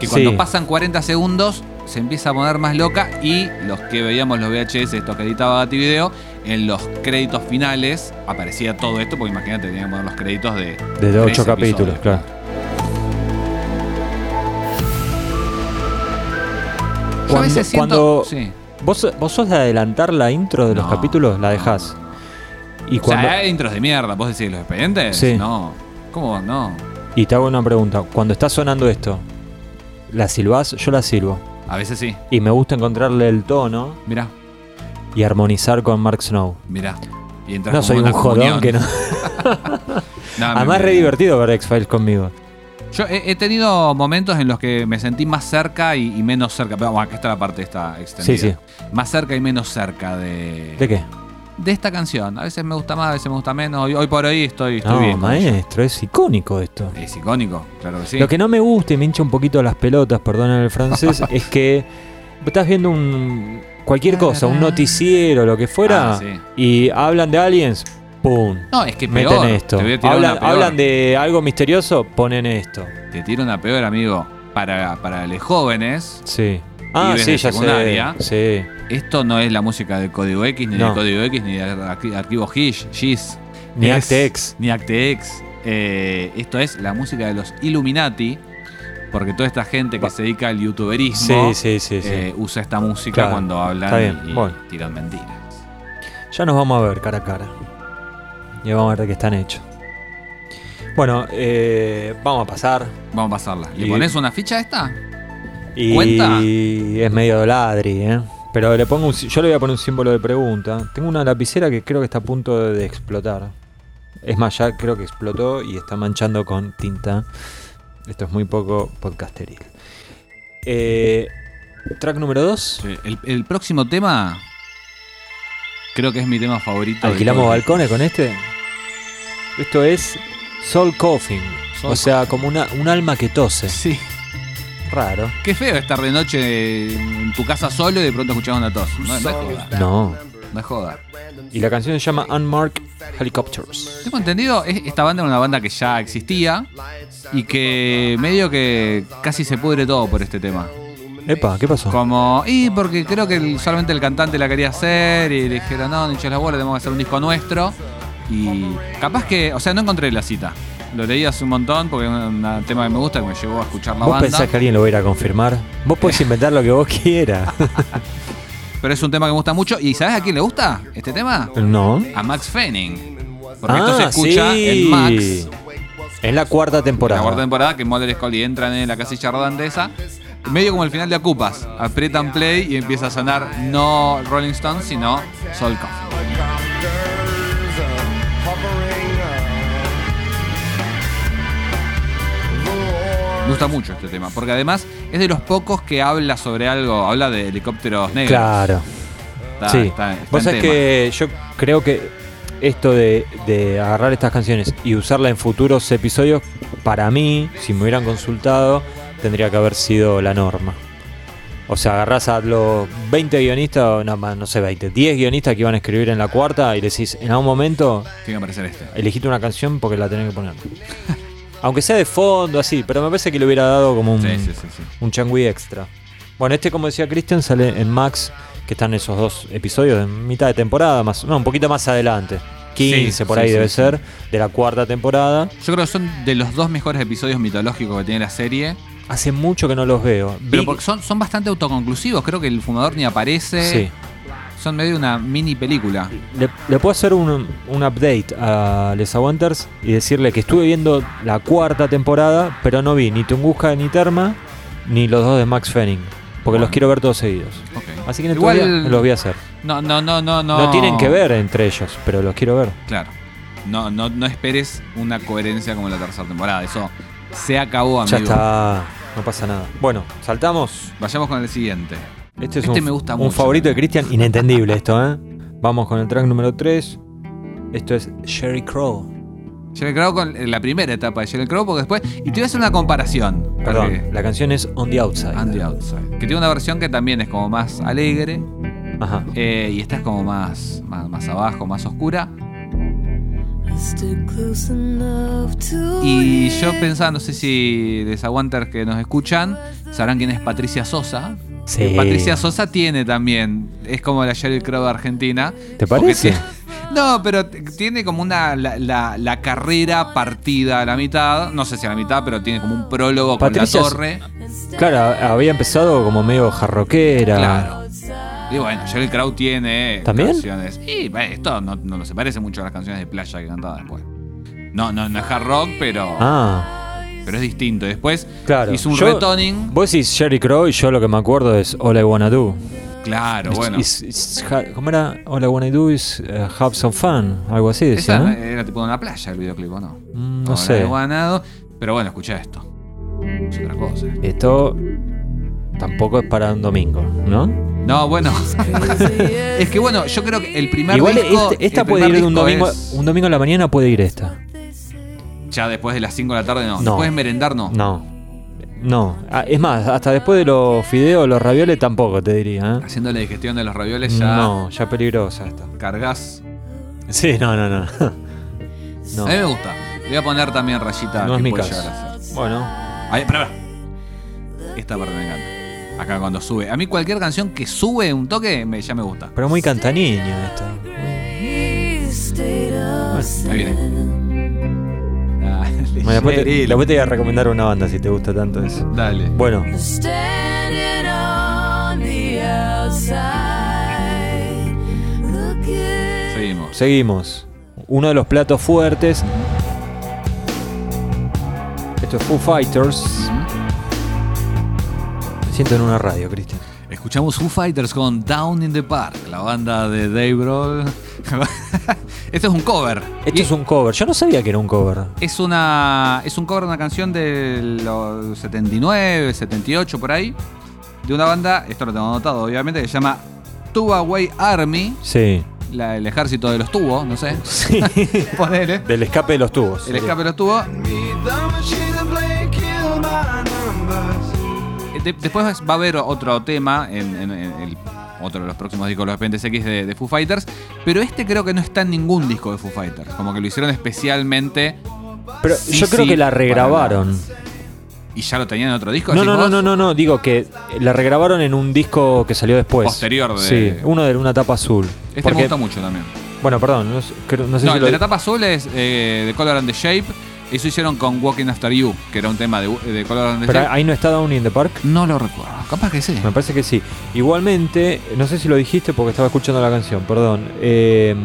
que cuando Sí. pasan 40 segundos se empieza a poner más loca y los que veíamos los VHS, estos que editaba Gati Video, en los créditos finales aparecía todo esto, porque imagínate, tenían que poner los créditos de... De tres ocho capítulos, episodios. claro. Yo a Cuando- veces cuando- siento- sí. ¿Vos, ¿Vos sos de adelantar la intro de los No, capítulos? La no. dejás. Y, O sea, cuando, hay intros de mierda, vos decís los expedientes. Sí. No. ¿Cómo no? y te hago una pregunta. Cuando está sonando esto, ¿la silbás? Yo la silbo. A veces sí. Y me gusta encontrarle el tono Mirá, y armonizar con Mark Snow. mirá. Y entras No como soy en un una jodón comunión. que no. No, Ah, me- Además, me- re divertido ver X-Files conmigo. Yo he, he tenido momentos en los que me sentí más cerca y, y menos cerca. Pero, bueno, acá está la parte esta extendida. Sí, sí. Más cerca y menos cerca de, ¿De qué? de esta canción. A veces me gusta más, a veces me gusta menos. Hoy, hoy por hoy estoy, estoy No, bien. con ello. maestro, es icónico esto. Es icónico, claro que sí. Lo que no me gusta y me hincha un poquito las pelotas, perdonen el francés, es que estás viendo un cualquier cosa, un noticiero, lo que fuera, Ah, sí. y hablan de aliens, ¡pum! No, es que peor. Meten esto. Te voy a tirar Hablan, una peor. hablan de algo misterioso, ponen esto. Te tiro una peor, amigo. Para, para los jóvenes, Sí. Ah, Pibes sí, de ya sé. secundaria. Sí. Esto no es la música de Código X, ni No. de Código X, ni de Arqui- Archivo Gish, Gis. Ni Es- Actex. Ni Actex. Eh, esto es la música de los Illuminati, porque toda esta gente que se dedica al youtuberismo Sí, sí, sí, sí. eh, usa esta música Claro, cuando está hablan bien, y, y voy. tiran mentiras. Ya nos vamos a ver cara a cara. Y vamos a ver de qué están hechos. Bueno, eh, vamos a pasar. Vamos a pasarla. ¿Le Y- pones una ficha a esta? Y ¿Cuenta? es medio ladri, ¿eh? Pero le pongo un si- yo le voy a poner un símbolo de pregunta. Tengo una lapicera que creo que está a punto de, de explotar. Es más, ya creo que explotó y está manchando con tinta. Esto es muy poco podcasteril. Eh, track número 2. Eh, El, el próximo tema creo que es mi tema favorito. de Alquilamos todo. balcones con este. Esto es Soul Coffin. Soul o sea, como una, un alma que tose. Sí. Raro. Qué feo estar de noche en tu casa solo y de pronto escuchar una tos. No, no es joda. No. No es joda. Y la canción se llama Unmarked Helicopters. Tengo entendido, es- esta banda era una banda que ya existía y que medio que casi se pudre todo por este tema. Epa, ¿qué pasó? Como, y porque creo que el- solamente el cantante la quería hacer y le dijeron, no, ni la bola, tenemos que hacer un disco nuestro. Y capaz que, o sea, no encontré la cita. Lo leí hace un montón porque es un un tema que me gusta, que me llevó a escuchar la ¿Vos banda. pensás que alguien lo va a ir a confirmar? Vos podés inventar lo que vos quieras. Pero es un tema que me gusta mucho. ¿Y sabes a quién le gusta este tema? no. A Max Fenning. Porque Ah, esto se escucha sí. en Max. Es la cuarta La temporada. cuarta temporada que Mulder y Scully entran en la casilla rodante esa. Medio como el final de Ocupas. Aprietan play y empieza a sonar no Rolling Stones, sino Soul Coffee. helicopters uh, hovering. uh, Me gusta mucho este tema, porque además es de los pocos que habla sobre algo, habla de helicópteros negros. Claro. Está- sí. está- está Vos en sabés tema. que yo creo que esto de, de agarrar estas canciones y usarla en futuros episodios, para mí, si me hubieran consultado, tendría que haber sido la norma. O sea, agarrás a los 20 guionistas, o no, más, no sé, 20, 10 guionistas que iban a escribir en la cuarta y le decís, en algún momento, Tiene que aparecer este. elegiste una canción porque la tenés que poner. Aunque sea de fondo, así, pero me parece que le hubiera dado como un, Sí, sí, sí, sí. un changui extra. Bueno, este, como decía Christian, sale en Max, que están esos dos episodios en mitad de temporada, más, no, un poquito más adelante. 15 Sí, por sí, ahí sí, debe sí. ser, de la cuarta temporada. Yo creo que son de los dos mejores episodios mitológicos que tiene la serie. Hace mucho que no los veo. Pero Vi- porque son, son bastante autoconclusivos. Creo que el fumador ni aparece. Sí. Son medio una mini película. Le, le puedo hacer un, un update a Les Aguanters y decirle que estuve viendo la cuarta temporada, pero no vi ni Tunguska ni Terma, ni los dos de Max Fenning, porque los Bueno. quiero ver todos seguidos. Ok. Así que en Igual- Igual, los voy a hacer. No, no, no, no, no. No tienen que ver entre ellos, pero los quiero ver. Claro. No, no, no esperes una coherencia como la tercera temporada. Eso se acabó, amigo. Ya está, no pasa nada. Bueno, saltamos. Vayamos con el siguiente. Este es Este un, me gusta un mucho. favorito de Christian, inentendible esto, ¿eh? Vamos con el track número 3. Esto es Sherry Crow. Sheryl Crow con eh, la primera etapa de Sheryl Crow, porque después. Y te voy a hacer una comparación. Perdón, porque- la canción es On the Outside. And the Outside. Que tiene una versión que también es como más alegre. Ajá. eh, y esta es como más, más, más abajo, más oscura. Y yo pensaba, no sé si les aguantar que nos escuchan, sabrán quién es Patricia Sosa. Sí. Que Patricia Sosa tiene también, es como la Sheryl Crow de Argentina. ¿Te Porque parece? tiene- no, pero t- tiene como una la, la- la carrera partida a la mitad, no sé si a la mitad, pero tiene como un prólogo Patricia con la torre. Claro, había empezado como medio jarroquera. Claro. Y bueno, Sheryl Crow tiene Ah. ¿También? canciones. Y bueno, esto no, no, no se parece mucho a las canciones de playa que cantaba después. No, no, no es hard rock, pero, Ah, pero es distinto. Después claro. hizo un Yo- retoning. Vos decís Sherry Crow y yo lo que me acuerdo es All I Wanna Do. Claro, It's- bueno. it's- it's ha- ¿Cómo era? All I Wanna Do is uh, Have Some Fun. Algo así decía, Esa ¿no? era tipo de una playa el videoclip, ¿o no? Mm, no Ahora sé. de Guanado. Pero bueno, escucha esto. Es otra cosa. Esto tampoco es para un domingo, ¿no? No, bueno. es que bueno, yo creo que el primer Igual disco. este- esta el puede primer ir de un disco domingo, es- un domingo a la mañana puede ir esta. Ya después de las 5 de la tarde, no. No. Después de merendar, no. No. No, Ah, es más, hasta después de los fideos, los ravioles tampoco te diría, ¿eh? Haciendo la digestión de los ravioles, ya No, ya peligrosa esta. cargas. Sí, no, no, no. No, A mí me gusta. Le voy a poner también rayita. no que es mi puede caso. llegar a ser. Bueno, Ahí, pará, pará. Esta parte me encanta. Acá cuando sube. A mí cualquier canción que sube un toque me- ya me gusta. pero muy cantaniño esto. Ahí viene. Ah, Bueno, después, te, Cheryl. después te voy a recomendar una banda si te gusta tanto eso. Dale. Bueno, Standing on the outside, looking. Seguimos. seguimos. Uno de los platos fuertes. Esto es Foo Fighters. Me siento en una radio, Cristian. Escuchamos Foo Fighters con Down in the Park, la banda de Dave Grohl. Esto es un cover. Esto Y es un cover. Yo no sabía que era un cover. es una es un cover de una canción de los 79, 78 por ahí de una banda, esto lo tengo anotado obviamente, que se llama Tubaway Army, Sí. la- el ejército de los tubos, no sé. Sí. Ponele. Del escape de los tubos. El escape de los tubos. Meet the machine and play kill by numbers. Eh, de- después va a haber otro tema en, en- en el- otro de los próximos discos, los Pentes X de, de Foo Fighters. Pero este creo que no está en ningún disco de Foo Fighters. Como que lo hicieron especialmente Pero Sí, yo creo sí, que la para regrabaron. y ya lo tenían en otro disco. No, decís no, no, vos. no, no, no, digo que la regrabaron en un disco que salió después. Posterior de- Sí, uno de una tapa azul. Este Porque- me gusta mucho también. Bueno, perdón, no, sé- creo- no sé No, si el lo... de la tapa azul es eh, The Color and the Shape. Eso hicieron con Walking After You, que era un tema de, de Color and the Pero Shape. ahí no está Downey in the Park. No lo recuerdo. Capaz que sí. Me parece que sí. Igualmente, no sé si lo dijiste porque estaba escuchando la canción, perdón. eh,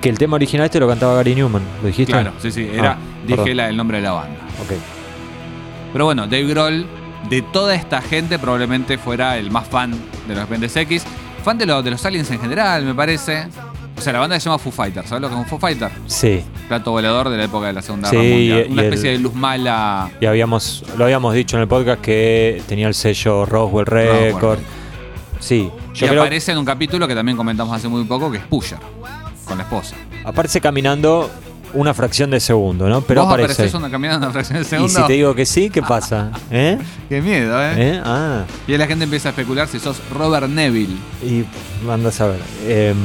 que el tema original este lo cantaba Gary Newman. ¿Lo dijiste? Claro, sí, sí. Era, Ah, dije perdón. la- el nombre de la banda. Ok. Pero bueno, Dave Grohl, de toda esta gente, probablemente fuera el más fan de los Vendes X. Fan de, lo- de los aliens en general, me parece. O sea, la banda se llama Foo Fighters. ¿Sabes lo que es un Foo Fighter? Sí. Plato volador de la época de la Segunda Sí, Guerra Mundial. y- Una y especie el- de luz mala. Y habíamos, lo habíamos dicho en el podcast que tenía el sello Roswell Record. Sí. Yo Ah, y creo, aparece en un capítulo que también comentamos hace muy poco, que es Pusher, con la esposa. aparece caminando una fracción de segundo, ¿no? Pero ¿Vos aparece. apareces una, caminando una fracción de Y segundo. Ah. si te digo que sí, ¿qué pasa? ¿Eh? Qué miedo, ¿eh? ¿Eh? Ah. Y ahí la gente empieza a especular si sos Robert Neville. Y anda a saber. Em,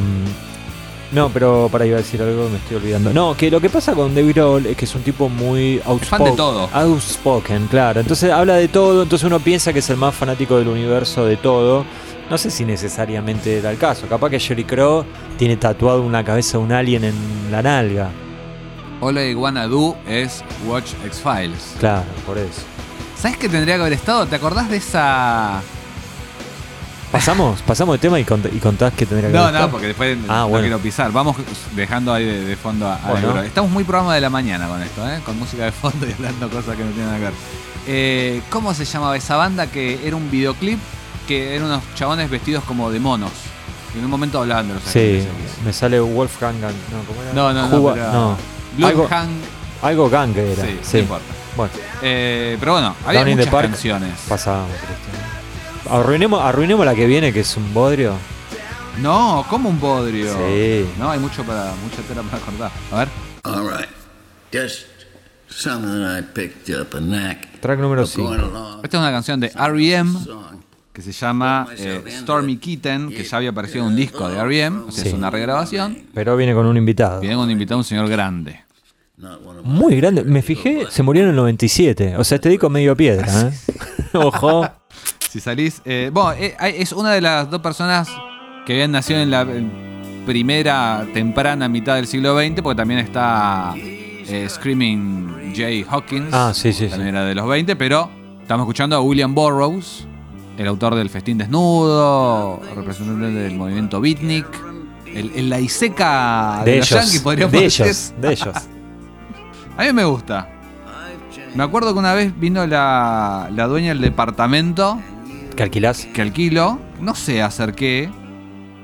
no, pero para iba a decir algo me estoy olvidando. No, que lo que pasa con David Grohl es que es un tipo muy outspoken. fan de todo. Outspoken, claro. Entonces habla de todo, entonces uno piensa que es el más fanático del universo de todo. No sé si necesariamente era el caso. Capaz que Jerry Crow tiene tatuado una cabeza de un alien en la nalga. All I wanna do es watch X-Files. Claro, por eso. ¿Sabes qué tendría que haber estado? ¿Te acordás de esa.? Pasamos, pasamos de tema y, cont- y contás que tendría que No, buscar. no, porque después Ah, no bueno. quiero pisar. Vamos dejando ahí de, de fondo a, a Bueno. Negro. Estamos muy programa de la mañana con esto, ¿eh? Con música de fondo y hablando cosas que no tienen nada que ver. Eh, ¿Cómo se llamaba esa banda que era un videoclip que eran unos chabones vestidos como de monos? Y en un momento hablaban de los Sí, agentes X. me sale Wolfgang Gang. No, ¿cómo era? No, no, no. Juba- pero- no. Algo- Bloodhound- Algo gang era. Sí, sí. no importa. Bueno, Eh, pero bueno, había Down in the muchas Park. canciones. pasábamos. por esto. Arruinemos, arruinemos la que viene, que es un bodrio. No, como un bodrio. Sí. No, hay mucho para, mucha tela para cortar. A ver. All right. Just something I picked up a knack Track número of going 5. along Esta es una canción de E R.E.M. song. que se llama eh, Stormy Kitten, que ya había aparecido en un disco de R.E.M., o sea, es Sí. una regrabación. Pero viene con un invitado. Viene con invitado un señor grande. Not one of my Muy grande. Me fijé, se murió en el 97. O sea, este disco es medio piedra, ¿eh? Ojo. Si salís... eh, bueno, eh, hay- es una de las dos personas que habían nacido en la eh, primera temprana mitad del siglo XX, porque también está eh, Screaming Jay Hawkins, Ah, sí, sí, sí. también era de los 20, pero estamos escuchando a William Burroughs, el autor del Festín Desnudo, representante del movimiento Beatnik, el, el la Iseca de, De los Yankees, ellos. podríamos De decir. ellos. De ellos. A mí me gusta. Me acuerdo que una vez vino la, la dueña del departamento ¿Que alquilás? que alquilo, no sé, acerqué.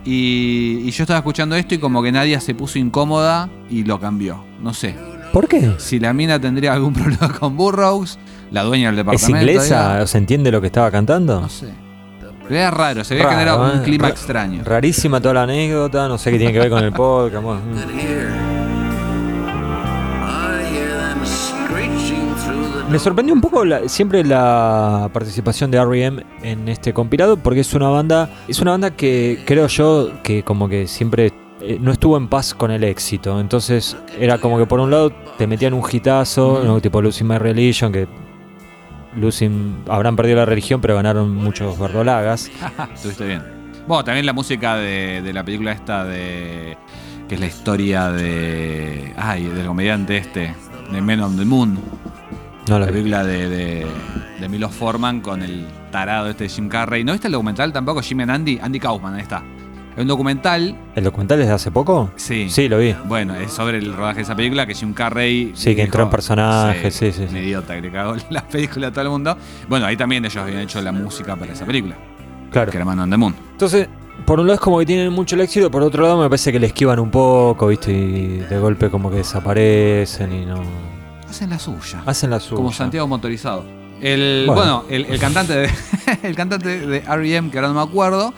Y, y yo estaba escuchando esto y como que nadie se puso incómoda y lo cambió. No sé. ¿Por qué? Si la mina tendría algún problema con Burroughs, la dueña del ¿Es departamento. inglesa? digo, ¿O se entiende lo que estaba cantando? No sé. Pero era raro, se veía Raro, que era un ¿eh? clima Ra- extraño. Rarísima toda la anécdota. No sé qué tiene que ver con el podcast. bueno, mm. ear. I hear them screeching through the Me sorprendió un poco la- siempre la participación de R.E.M. en este compilado porque es una banda es una banda que creo yo que como que siempre eh, no estuvo en paz con el éxito entonces era como que por un lado te metían un hitazo ¿no? tipo Losing My Religion que Losing habrán perdido la religión pero ganaron muchos verdolagas Estuviste bien. Bueno, también la música de, de la película esta de. que es la historia de. Ay, del comediante este. De Men on the Moon. no la La vi. película de, de, de Milos Forman con el tarado este de Jim Carrey. ¿No viste el documental tampoco? Jim and Andy. Andy Kaufman, ahí está. Es un documental. el documental es de hace poco Sí. sí lo vi Bueno, es sobre el rodaje de esa película que Jim Carrey. Sí, que entró en personaje, sí, sí, sí. Un idiota que le cagó la película a todo el mundo. Bueno, ahí también ellos habían hecho la música para esa película. claro Que era Man on the Moon. Entonces, por un lado es como que tienen mucho el éxito, por otro lado me parece que le esquivan un poco, ¿viste? Y de golpe como que desaparecen y no. Hacen la suya. Hacen la suya. Como Santiago motorizado. El, Bueno. bueno, el, el cantante de el cantante de R.E.M. que ahora no me acuerdo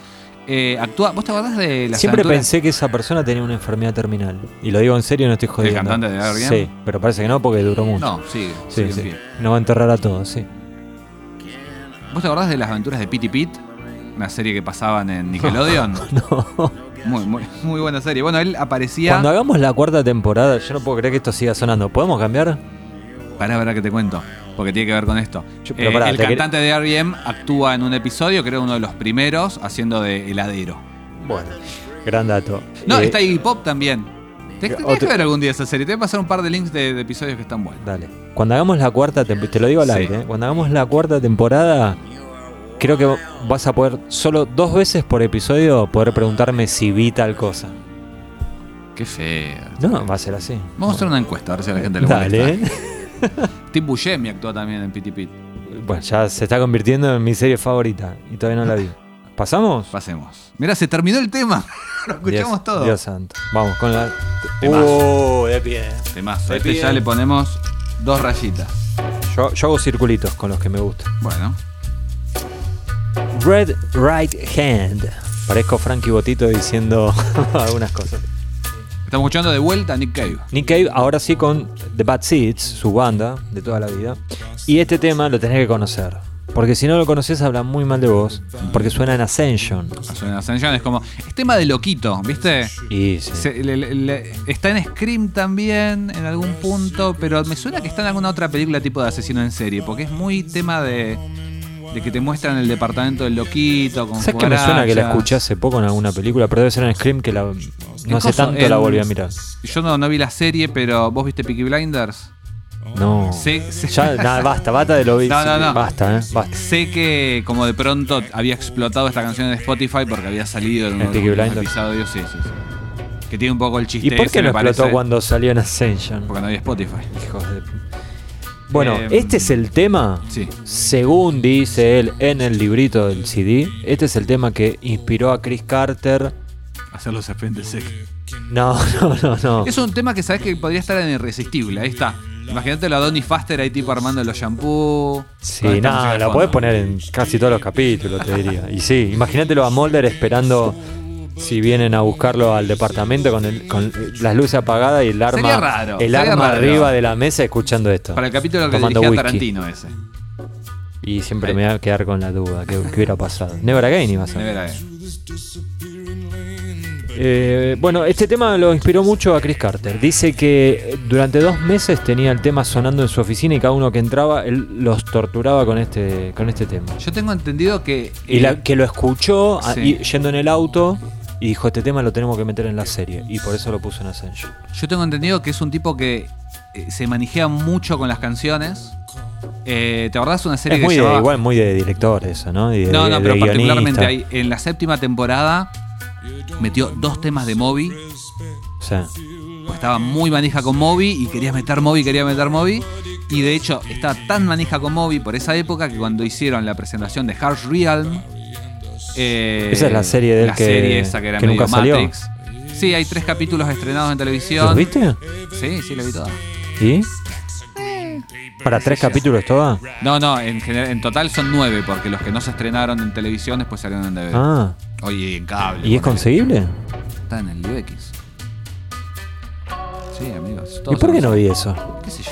eh, actúa. ¿Vos te acordás de la Siempre pensé que esa persona tenía una enfermedad terminal. Y lo digo en serio, no estoy jodiendo. cantante de R.E.M.? Sí, pero parece que no porque duró mucho. No, sigue, sí, sigue en sí. pie. No va a enterrar a todos, sí. ¿Vos te acordás de las aventuras de Pity Pit? Una serie que pasaban en Nickelodeon. No. Muy, muy, muy buena serie. Bueno, él aparecía. Cuando hagamos la cuarta temporada, yo no puedo creer que esto siga sonando. ¿Podemos cambiar? Pará, pará que te cuento. Porque tiene que ver con esto. Yo- pero Eh, pará, el te quer- cantante de R.E.M. actúa en un episodio, creo uno de los primeros, haciendo de heladero. Bueno, gran dato. No, Eh, está Iggy Pop también. Te, tenés otro- que ver algún día esa serie. Te voy a pasar un par de links de, de episodios que están buenos. Dale. Cuando hagamos la cuarta temporada, te lo digo al Sí. aire, ¿eh? cuando hagamos la cuarta temporada, creo que vas a poder solo dos veces por episodio poder preguntarme si vi tal cosa. Qué feo. No, va a ser así. Vamos a hacer una encuesta, a ver si a la gente le molesta. Dale. Tim Buscemi actúa también en Pity Pit. Bueno, ya se está convirtiendo en mi serie favorita y todavía no la vi. ¿Pasamos? Pasemos. Mirá, se terminó el tema. Lo escuchamos Dios- todo. Dios santo. Vamos con la. Temazo. Uh, de pie. Temazo. Te Este piden. ya le ponemos dos rayitas. Yo, yo hago circulitos con los que me gustan. Bueno. Red Right Hand. Parezco Frankie Botito diciendo algunas cosas. Estamos escuchando de vuelta a Nick Cave. Nick Cave ahora sí con The Bad Seeds, su banda de toda la vida. Y este tema lo tenés que conocer. Porque si no lo conoces habla muy mal de vos. Porque suena en Ascension. Suena Ascension, es como. Es tema de loquito, ¿viste? Y sí. Se- le- le- le- está en Scream también, en algún punto, pero me suena que está en alguna otra película tipo de asesino en serie, porque es muy tema de, de que te muestran el departamento del loquito, con ¿Sabes que me suena que la cucarachas. escuché hace poco en alguna película? Pero debe ser en Scream que la, En no hace coso, tanto la en- volví a mirar. Yo no, no vi la serie, pero ¿vos viste Peaky Blinders? No. Sí, sí. Ya, nada, basta, basta de lo vi. No, no, no. Basta, eh. Basta. Sé que como de pronto había explotado esta canción en Spotify porque había salido en uno En de Peaky los Blinders. episodios, sí, sí, sí. Que tiene un poco el chiste ¿Y por ese, qué no me parece, explotó cuando salió en Ascension? Porque no había Spotify. Hijos de- Bueno, Em, este es el tema. Sí. Según dice él en el librito del CD, este es el tema que inspiró a Chris Carter. Hacer los serpientes secos. No, no, no, no. Es un tema que sabes que podría estar en Irresistible, ahí está. Imagínate a Donny Faster ahí tipo armando los shampoos. Con Sí, esta música nada, de la fondo. podés poner en casi todos los capítulos, te diría. Y sí, imagínatelo a Mulder esperando si vienen a buscarlo al departamento con, el- con las luces apagadas y el arma, Sería raro, el sería arma raro. arriba de la mesa escuchando esto. Para el capítulo que tomando dirigía whisky. Tarantino ese. Y siempre me voy a quedar con la duda, ¿qué, qué hubiera pasado? Never Again iba a ser. Never Again. Eh, bueno, este tema lo inspiró mucho a Chris Carter. Dice que eh, durante dos meses tenía el tema sonando en su oficina y cada uno que entraba, él los torturaba con este, con este tema. Yo tengo entendido que. Y eh, la, que lo escuchó a- Sí. y- yendo en el auto y dijo, este tema lo tenemos que meter en la serie. Y por eso lo puso en Ascension. Yo tengo entendido que es un tipo que eh, se manijea mucho con las canciones. Eh, ¿Te acordás una serie Es que muy de- llevaba- igual muy de director eso, ¿no? Y de- No, no, de pero guionista. particularmente ahí. En la séptima temporada metió dos temas de Moby. O sea, Pues estaba muy manija con Moby y querías meter Moby, quería meter Moby. Y de hecho, estaba tan manija con Moby por esa época que cuando hicieron la presentación de Harsh Realm. eh, Esa es la serie de él la que- serie esa que era que medio nunca salió. Matrix. Sí, hay tres capítulos estrenados en televisión. ¿los viste? Sí, sí, lo vi todo. ¿Y? ¿Para tres capítulos toda? No, no, en, general- en total son nueve, porque los que no se estrenaron en televisión después salieron en DVD. Ah, Oye, y en cable. ¿y es ponele. conseguible? Está en el DVX. Sí, amigos. ¿Y todos por qué son- no vi eso? qué sé yo.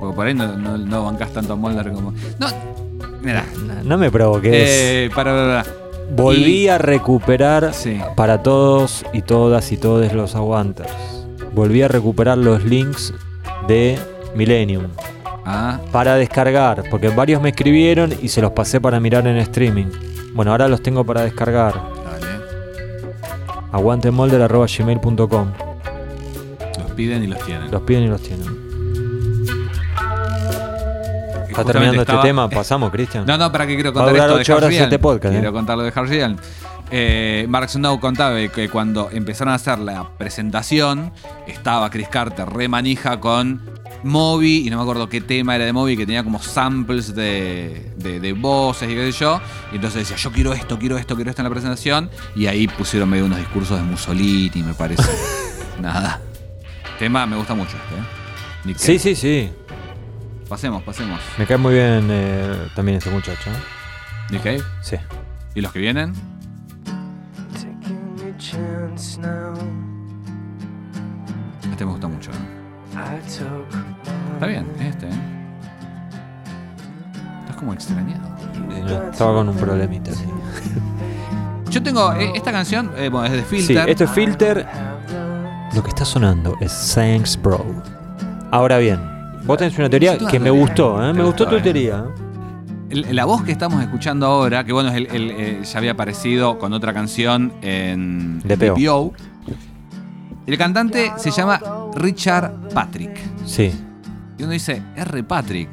Porque por ahí no, no, no bancás tanto a Mulder como. No, mira. No me provoques. Eh, para, para, Volví a recuperar Sí. para todos y todas y todos los aguanters. Volví a recuperar los links de Millennium Ah, para descargar, porque varios me escribieron y se los pasé para mirar en streaming. Bueno, ahora los tengo para descargar. dale. Aguantemolder.gmail.com. Los piden y los tienen. Los piden y los tienen. Que Está justamente terminando estaba- este tema, pasamos, Cristian. No, no, para que quiero Va a contar durar esto de ocho Harsh horas Realm. este podcast, Quiero eh. contar lo de Harsh Realm. Eh, Mark Snow contaba que cuando empezaron a hacer la presentación, estaba Chris Carter re manija con Moby, y no me acuerdo qué tema era de Moby, que tenía como samples de, de- de voces y qué sé yo. Y entonces decía, yo quiero esto, quiero esto, quiero esto en la presentación. Y ahí pusieron medio unos discursos de Mussolini, me parece. Nada. Tema, me gusta mucho este. eh. Nick Sí, Cave. sí, sí. Pasemos, pasemos. Me cae muy bien eh, también este muchacho. ¿eh? Nick Cave. Sí. ¿Y los que vienen? Taking a chance now. Este me gusta mucho. eh. I took Está bien, es este, ¿eh? Estás como extrañado. Eh, no, estaba con un problemita. sí. Yo tengo eh, esta canción, eh, bueno, es de Sí, Filter. esto es Filter. Lo que está sonando es Thanks Bro. Ahora bien, vos tenés una teoría Yo tengo que una me teoría. gustó, ¿eh? Te me gustó tu gustó, eh. teoría. El- La voz que estamos escuchando ahora, que bueno, es el- el- eh, ya había aparecido con otra canción en DPO. DPO. El cantante se llama Richard Patrick. Sí, Y uno dice, R. Patrick.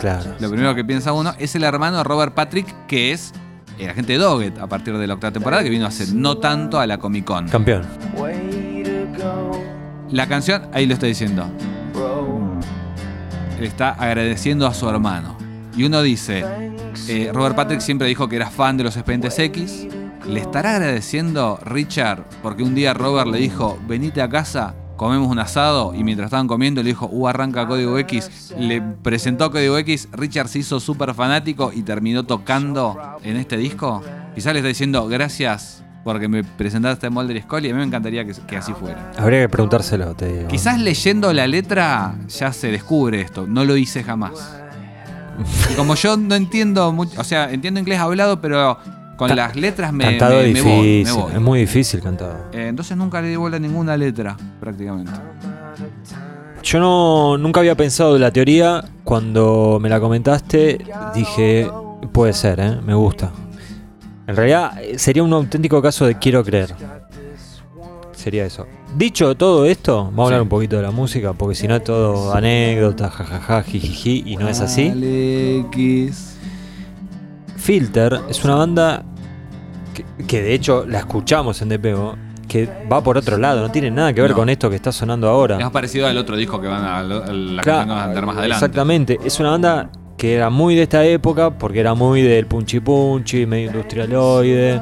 claro. Lo primero que piensa uno es el hermano de Robert Patrick, que es el agente de Doggett a partir de la octava temporada, que vino hace no tanto a la Comic Con. Campeón. Way to go, La canción, ahí lo está diciendo. bro. Él está agradeciendo a su hermano. Y uno dice, eh, Robert Patrick siempre dijo que era fan de los expedientes X. ¿Le estará agradeciendo Richard porque un día Robert le dijo, venite a casa, comemos un asado? Y mientras estaban comiendo le dijo, uh, arranca Código X. Le presentó Código X, Richard se hizo súper fanático y terminó tocando en este disco. Quizás le está diciendo, gracias porque me presentaste a Mulder y Scully. A mí me encantaría que- que así fuera. Habría que preguntárselo, te digo. Quizás leyendo la letra ya se descubre esto. No lo hice jamás. Y como yo no entiendo mucho, o sea, entiendo inglés hablado, pero con Ta- las letras me, Cantado me- me difícil. voy. me voy. Es muy difícil cantado. Eh, entonces nunca le di bola a ninguna letra, prácticamente. Yo no, nunca había pensado en la teoría. Cuando me la comentaste, dije, puede ser, ¿eh? me gusta. En realidad, eh, sería un auténtico caso de quiero creer. Sería eso. Dicho todo esto, vamos a hablar Sí. un poquito de la música, porque si no es todo anécdota, jajaja, jijiji, y no es así. Alex. Filter es una banda que, que de hecho la escuchamos en DPO, que va por otro lado, no tiene nada que ver No. con esto que está sonando ahora. Es más parecido al otro disco que van a, a Claro, la Ah, que van a cantar más adelante. Exactamente, es una banda que era muy de esta época porque era muy del punchi punchi, medio industrialoide,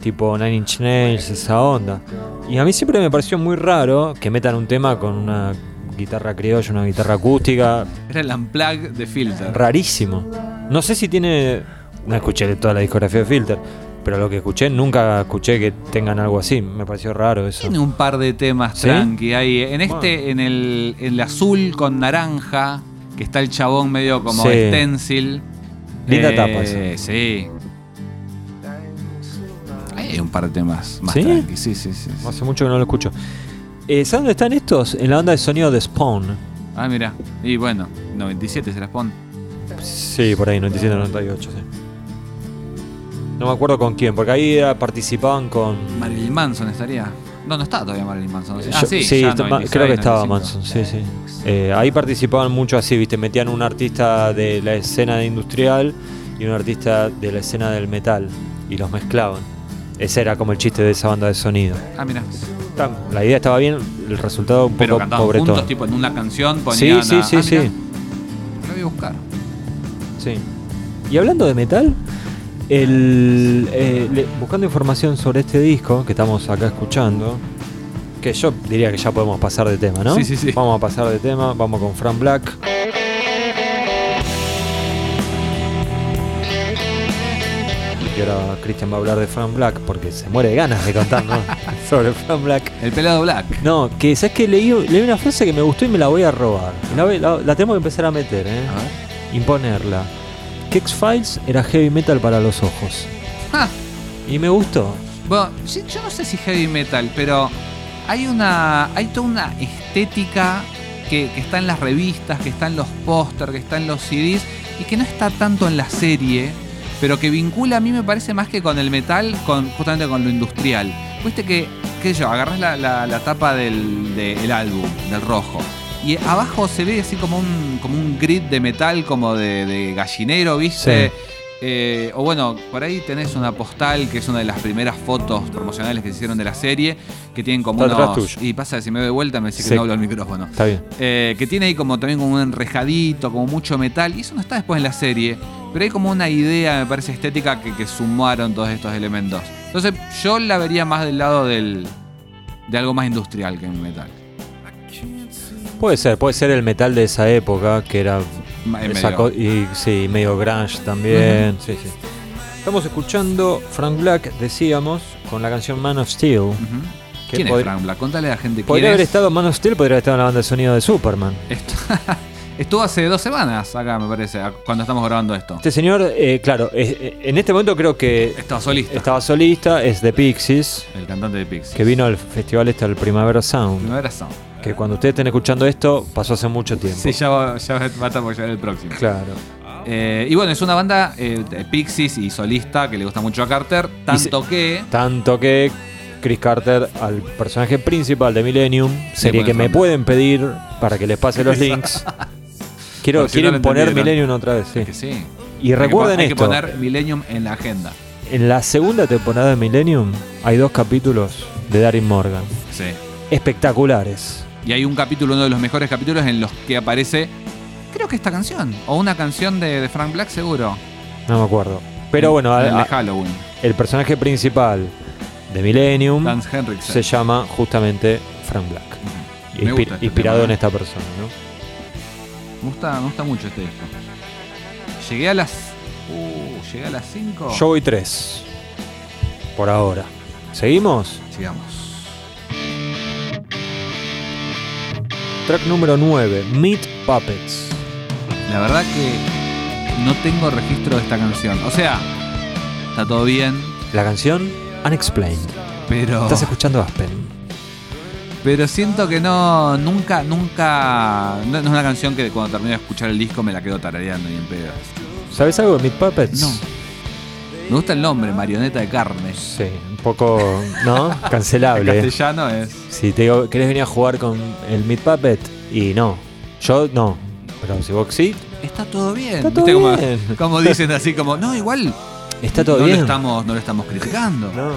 tipo Nine Inch Nails, esa onda. Y a mí siempre me pareció muy raro que metan un tema con una guitarra criolla, una guitarra acústica, Era el unplug de Filter. rarísimo. No sé si tiene. No escuché toda la discografía de Filter, pero lo que escuché, nunca escuché que tengan algo así. Me pareció raro eso. Tiene un par de temas ¿Sí? tranqui ahí. En este, en el, en el azul con naranja, que está el chabón medio como Sí. stencil. Eh, Linda tapa esa. Sí. Ahí hay un par de temas más ¿Sí? tranqui. Sí, sí, sí. sí. Hace mucho que no lo escucho. Eh, ¿Saben dónde están estos? En la banda de sonido de Spawn. Ah, mira. Y bueno, 97 se las pone. Sí, por ahí, 97, 98, sí. No me acuerdo con quién, porque ahí era- participaban con. Marilyn Manson estaría. No, no está todavía Marilyn Manson. Yo- Ah, sí, ya está- ma- 96, creo que estaba 95. Manson, sí, sí. Eh, ahí participaban mucho así, viste, metían un artista de la escena de industrial y un artista de la escena del metal y los mezclaban. Ese era como el chiste de esa banda de sonido. Ah, mira. Está- La idea estaba bien, el resultado un Pero poco cantaban pobretón. juntos, tipo en una canción, sí, ponían. sí, a- sí, ah, sí. mirá, Lo voy a buscar. Sí. Y hablando de metal, el, eh, le- buscando información sobre este disco que estamos acá escuchando, que yo diría que ya podemos pasar de tema, ¿no? Sí, sí, sí. Vamos a pasar de tema, vamos con Fran Black. Y ahora Christian va a hablar de Fran Black porque se muere de ganas de contarnos sobre Fran Black. El pelado Black. No, que sabes que leí, leí una frase que me gustó y me la voy a robar. La, voy- la- la tenemos que empezar a meter, ¿eh? A ver. imponerla. Que X-Files era heavy metal para los ojos. Ah. Y me gustó. Bueno, sí, yo no sé si heavy metal, pero hay una. hay toda una estética que, que está en las revistas, que está en los póster, que está en los CDs, y que no está tanto en la serie, pero que vincula a mí me parece más que con el metal, con, justamente con lo industrial. Viste que, qué sé yo, agarras la, la- la tapa del de- el álbum, del rojo. Y abajo se ve así como un, como un grid de metal, como de, de gallinero, ¿viste? Sí. Eh, o bueno, por ahí tenés una postal que es una de las primeras fotos promocionales que se hicieron de la serie, que tienen como Está atrás unos. tuyo. Y pasa, si me doy vuelta me decís Sí. que no hablo al micrófono. Está bien. Eh, que tiene ahí como también como un enrejadito, como mucho metal. Y eso no está después en la serie. Pero hay como una idea, me parece, estética que, que sumaron todos estos elementos. Entonces, yo la vería más del lado del. de algo más industrial que metal. Puede ser, puede ser el metal de esa época, que era. Ma- en esa medio. co- y sí, medio grunge también. Sí, sí. Estamos escuchando Frank Black, decíamos, con la canción Man of Steel. Ujú. que ¿Mm? ¿Quién es pod- Frank Black? Contale a la gente quién Podría haber es. estado Man of Steel, podría haber estado en la banda de sonido de Superman. Esto- Estuvo hace dos semanas acá, me parece, a- cuando estamos grabando esto. Este señor, eh, claro, eh, eh, en este momento creo que Estaba solista. estaba solista, es de Pixies, El cantante de Pixies. que vino al festival este, al Primavera Sound. Primavera Sound. Que cuando ustedes estén escuchando esto, pasó hace mucho tiempo. Sí, ya, va- ya va va a estar por llegar el próximo. Claro. Eh, y bueno, es una banda eh, de Pixies y solista que le gusta mucho a Carter, tanto que... Tanto que Chris Carter, al personaje principal de Millennium, serie pone que me Fernando. pueden pedir para que les pase los links. Quiero, Por si quieren no lo poner entendieron. Millennium otra vez, sí. Que sí. Y recuerden hay que, esto. pon- Hay que poner Millennium en la agenda. En la segunda temporada de Millennium hay dos capítulos de Darin Morgan. Sí. Espectaculares. Y hay un capítulo, uno de los mejores capítulos en los que aparece, creo que esta canción, o una canción de, de Frank Black seguro. No me acuerdo. Pero bueno, el, a- de a- Halloween. el personaje principal de Millennium Lance Henriksen. se llama justamente Frank Black. Me Inspi- gusta este inspirado tema, en ¿eh? esta persona, ¿no? Me gusta, me gusta mucho este disco. Llegué a las. Uh, llegué a las 5. Yo voy tres. Por ahora. ¿Seguimos? Sigamos. Track número 9, Meat Puppets. La verdad que no tengo registro de esta canción. O sea, está todo bien, La canción Unexplained. pero. Estás escuchando Aspen. Pero siento que no. Nunca, nunca. No, no es una canción que cuando termino de escuchar el disco me la quedo tarareando ni en pedo. ¿Sabes algo de Meat Puppets? No. Me gusta el nombre, marioneta de carne. Sí, un poco, ¿no? En Cancelable. castellano es. Si te digo, ¿querés venir a jugar con el Meat Puppet? Y no. Yo no. Pero si vos sí, Está todo bien. Está todo ¿Viste cómo- bien. Como, dicen así, como, no, igual. está todo no bien. Lo estamos, no lo estamos criticando. No.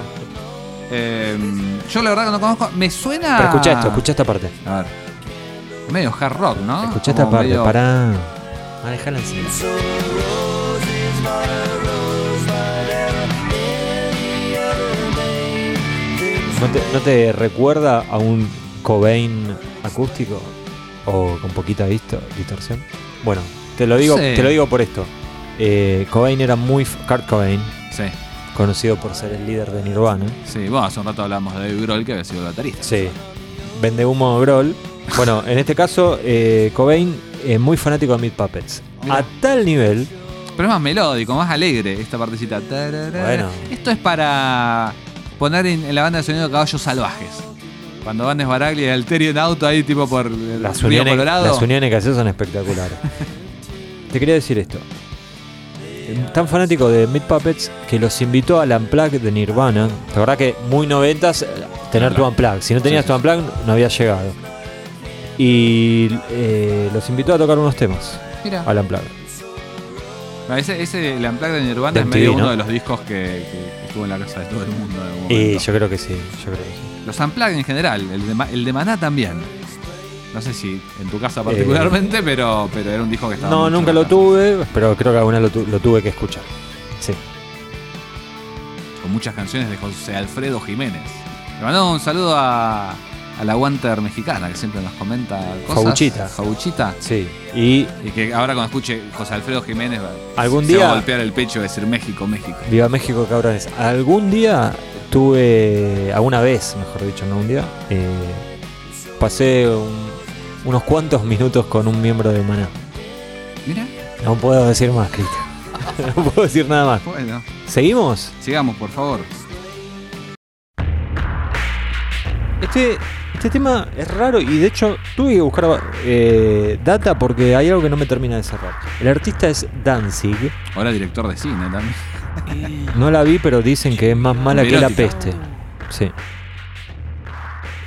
Eh, yo la verdad que no conozco. Me suena. Pero escucha esto, escucha esta parte. A ver. Medio hard rock, ¿no? Escucha Ah. Como esta parte, medio- pará. Manejala en silencio. ¿No te, ¿No te recuerda a un Cobain acústico? ¿O con poquita disto- distorsión? Bueno, te lo digo, Sí. te lo digo por esto. Eh, Cobain era muy. f- Kurt Cobain, Sí, conocido por ser el líder de Nirvana. sí. Bueno, hace un rato hablamos de David Grohl, que había sido el baterista. Sí. Vende humo Grohl. Bueno, en este caso, eh, Cobain es muy fanático de Meat Puppets. A tal nivel Pero es más melódico, más alegre esta partecita. Tararara. Bueno. Esto es para poner en, en la banda de sonido caballos salvajes. Cuando van Baraglia y Alterio en auto ahí tipo por el Las Río uniones, Colorado. las uniones que haces son espectaculares. Te quería decir esto. Eh, Tan fanático de Meat Puppets que los invitó al Unplugged de Nirvana. La verdad que muy noventas eh, tener tu Unplugged. Si no tenías Sí, tu Unplugged no había llegado. Y eh, los invitó a tocar unos temas Mira. al Unplugged. No, Ese, ese el Unplugged de Nirvana De es medio MTV, uno ¿no? de los discos que, que estuvo en la casa de todo el mundo. en algún Y momento. yo creo que sí, yo creo que sí. Los Unplugged en general, el de, Ma- el de Maná también. No sé si en tu casa particularmente, pero, pero era un disco que estaba. Eh. No, mucho nunca en la lo casa, tuve, pero creo que alguna lo, tu- lo tuve que escuchar. Sí. Con muchas canciones de José Alfredo Jiménez. Le mandamos un saludo a, a la Wanter mexicana que siempre nos comenta cosas. Jauchita. Jauchita. Sí. Y Y que ahora cuando escuche José Alfredo Jiménez va- Algún se va día- a golpear el pecho y decir México, México. Viva México, cabrones. Algún día tuve, alguna vez, mejor dicho, no un día, eh, pasé un- unos cuantos minutos con un miembro de Maná. Mira, No puedo decir más, Cristian. No puedo decir nada más. bueno. ¿Seguimos? Sigamos, por favor. Este, este tema es raro y de hecho tuve que buscar eh, data porque hay algo que no me termina de cerrar. El artista es Danzig. Ahora director de cine también. No la vi, pero dicen que es más mala que la Erótica. peste. Sí.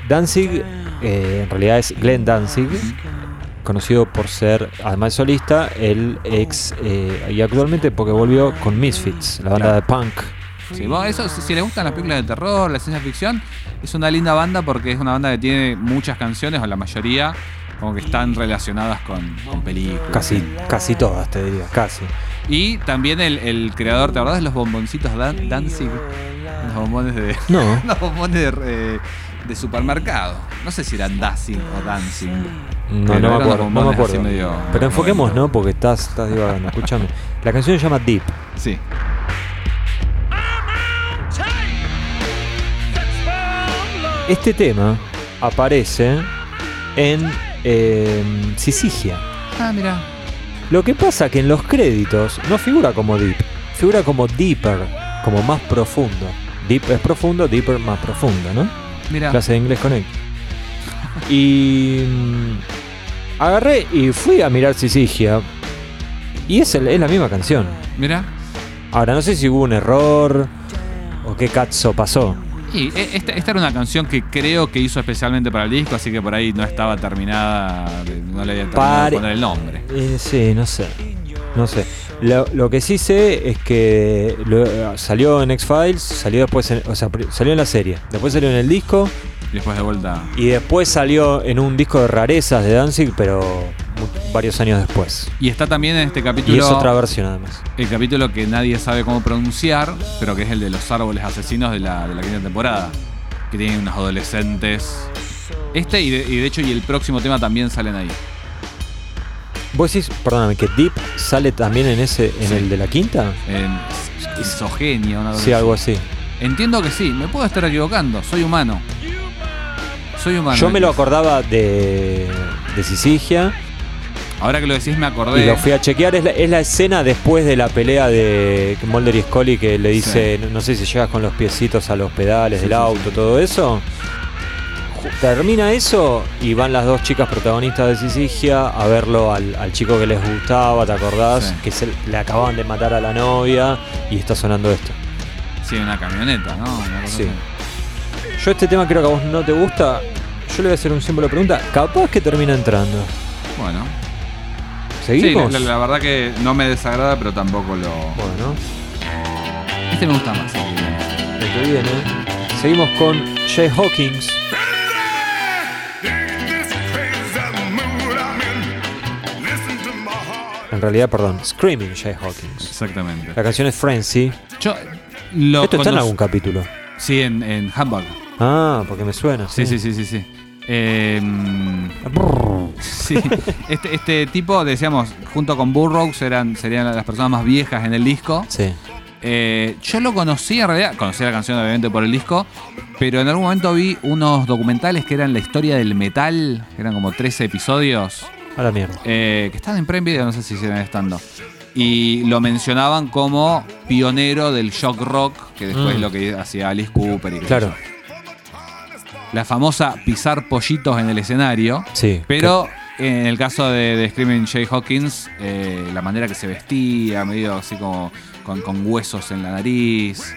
Danzig, eh, en realidad es Glenn Danzig, conocido por ser, además de solista, el ex, eh, y actualmente porque volvió con Misfits, la banda de punk. Sí, bueno, eso, si, si le gustan las películas de terror, la ciencia ficción, es una linda banda porque es una banda que tiene muchas canciones, o la mayoría, como que están relacionadas con, con películas. Casi, casi todas, te diría, casi. Y también el, el creador, ¿te acordás de los bomboncitos Dan- Danzig? Los bombones de. No. los bombones de, eh, de supermercado. No sé si eran Danzig o Dancing. No, no me acuerdo, no me acuerdo. Pero enfoquemos, ¿no? ¿no? Porque estás, estás divagando, escúchame. La canción se llama Deep. Sí. Este tema aparece en eh, Sisigia. Ah, mira. Lo que pasa que en los créditos no figura como Deep, figura como Deeper, como más profundo. Deep es profundo, Deeper más profundo, ¿no? Mira. Clase de inglés con él. Y mm, agarré y fui a mirar Sisigia. Y es, el- es la misma canción. Mira. Ahora, no sé si hubo un error o qué cazzo pasó. Y eh, esta, esta era una canción que creo que hizo especialmente para el disco, así que por ahí no estaba terminada, de- no le había terminado Pare- de poner el nombre. Eh, sí, no sé. No sé. Lo, lo que sí sé es que lo- salió en X-Files, salió después, en- o sea, pri- salió en la serie, después salió en el disco Y después de vuelta. y después salió en un disco de rarezas de Danzig, pero mu- varios años después. Y está también en este capítulo. Y es otra versión además. El capítulo que nadie sabe cómo pronunciar, pero que es el de los árboles asesinos de la, de la quinta temporada. Que tienen unos adolescentes. Este y de, y de hecho y el próximo tema también salen ahí. Vos decís, perdóname, que Deep sale también en ese, en Sí. el de la quinta? En Isogenia, una Sí, adolescente. algo así. Entiendo que sí, me puedo estar equivocando, soy humano. Soy humano. Yo me lo acordaba de, de Sisigia Ahora que lo decís me acordé. Y lo fui a chequear, es la, es la escena después de la pelea de Mulder y Scully que le dice, no, no sé si llegas con los piecitos a los pedales Sí, del sí, auto, todo eso. Ju- Termina eso y van las dos chicas protagonistas de Sisigia a verlo al, al chico que les gustaba, ¿te acordás? Sí. Que se, le acababan de matar a la novia y está sonando esto. Sí, una camioneta, ¿no? Una cosa Sí. así. Yo este tema creo que a vos no te gusta, yo le voy a hacer un símbolo de pregunta, capaz que termina entrando. Bueno. Sí, la, ¿Seguimos? la- la verdad que no me desagrada, pero tampoco lo. Bueno. Este me gusta más. lo que viene. Seguimos con Jay Hawkins. En realidad, perdón, Screaming Jay Hawkins. Exactamente. La canción es Frenzy. Yo lo Esto está en cuando- algún capítulo. Sí, en, en Hamburg. Ah, porque me suena. Sí, sí, sí, sí, sí. Eh, mm, sí. Este, este tipo, decíamos, junto con Burroughs eran, serían las personas más viejas en el disco. Sí. Eh, yo lo conocí en realidad, conocí la canción obviamente por el disco, pero en algún momento vi unos documentales que eran la historia del metal, que eran como 13 episodios, A la mierda. eh, que están en Prime Video, no sé si siguen estando. Y lo mencionaban como pionero del shock rock, que después Mm. es lo que hacía Alice Cooper y qué sé Claro. yo. La famosa pisar pollitos en el escenario. Sí. Pero en el caso de, de Screaming Jay Hawkins, eh, la manera que se vestía, medio así como con, con huesos en la nariz.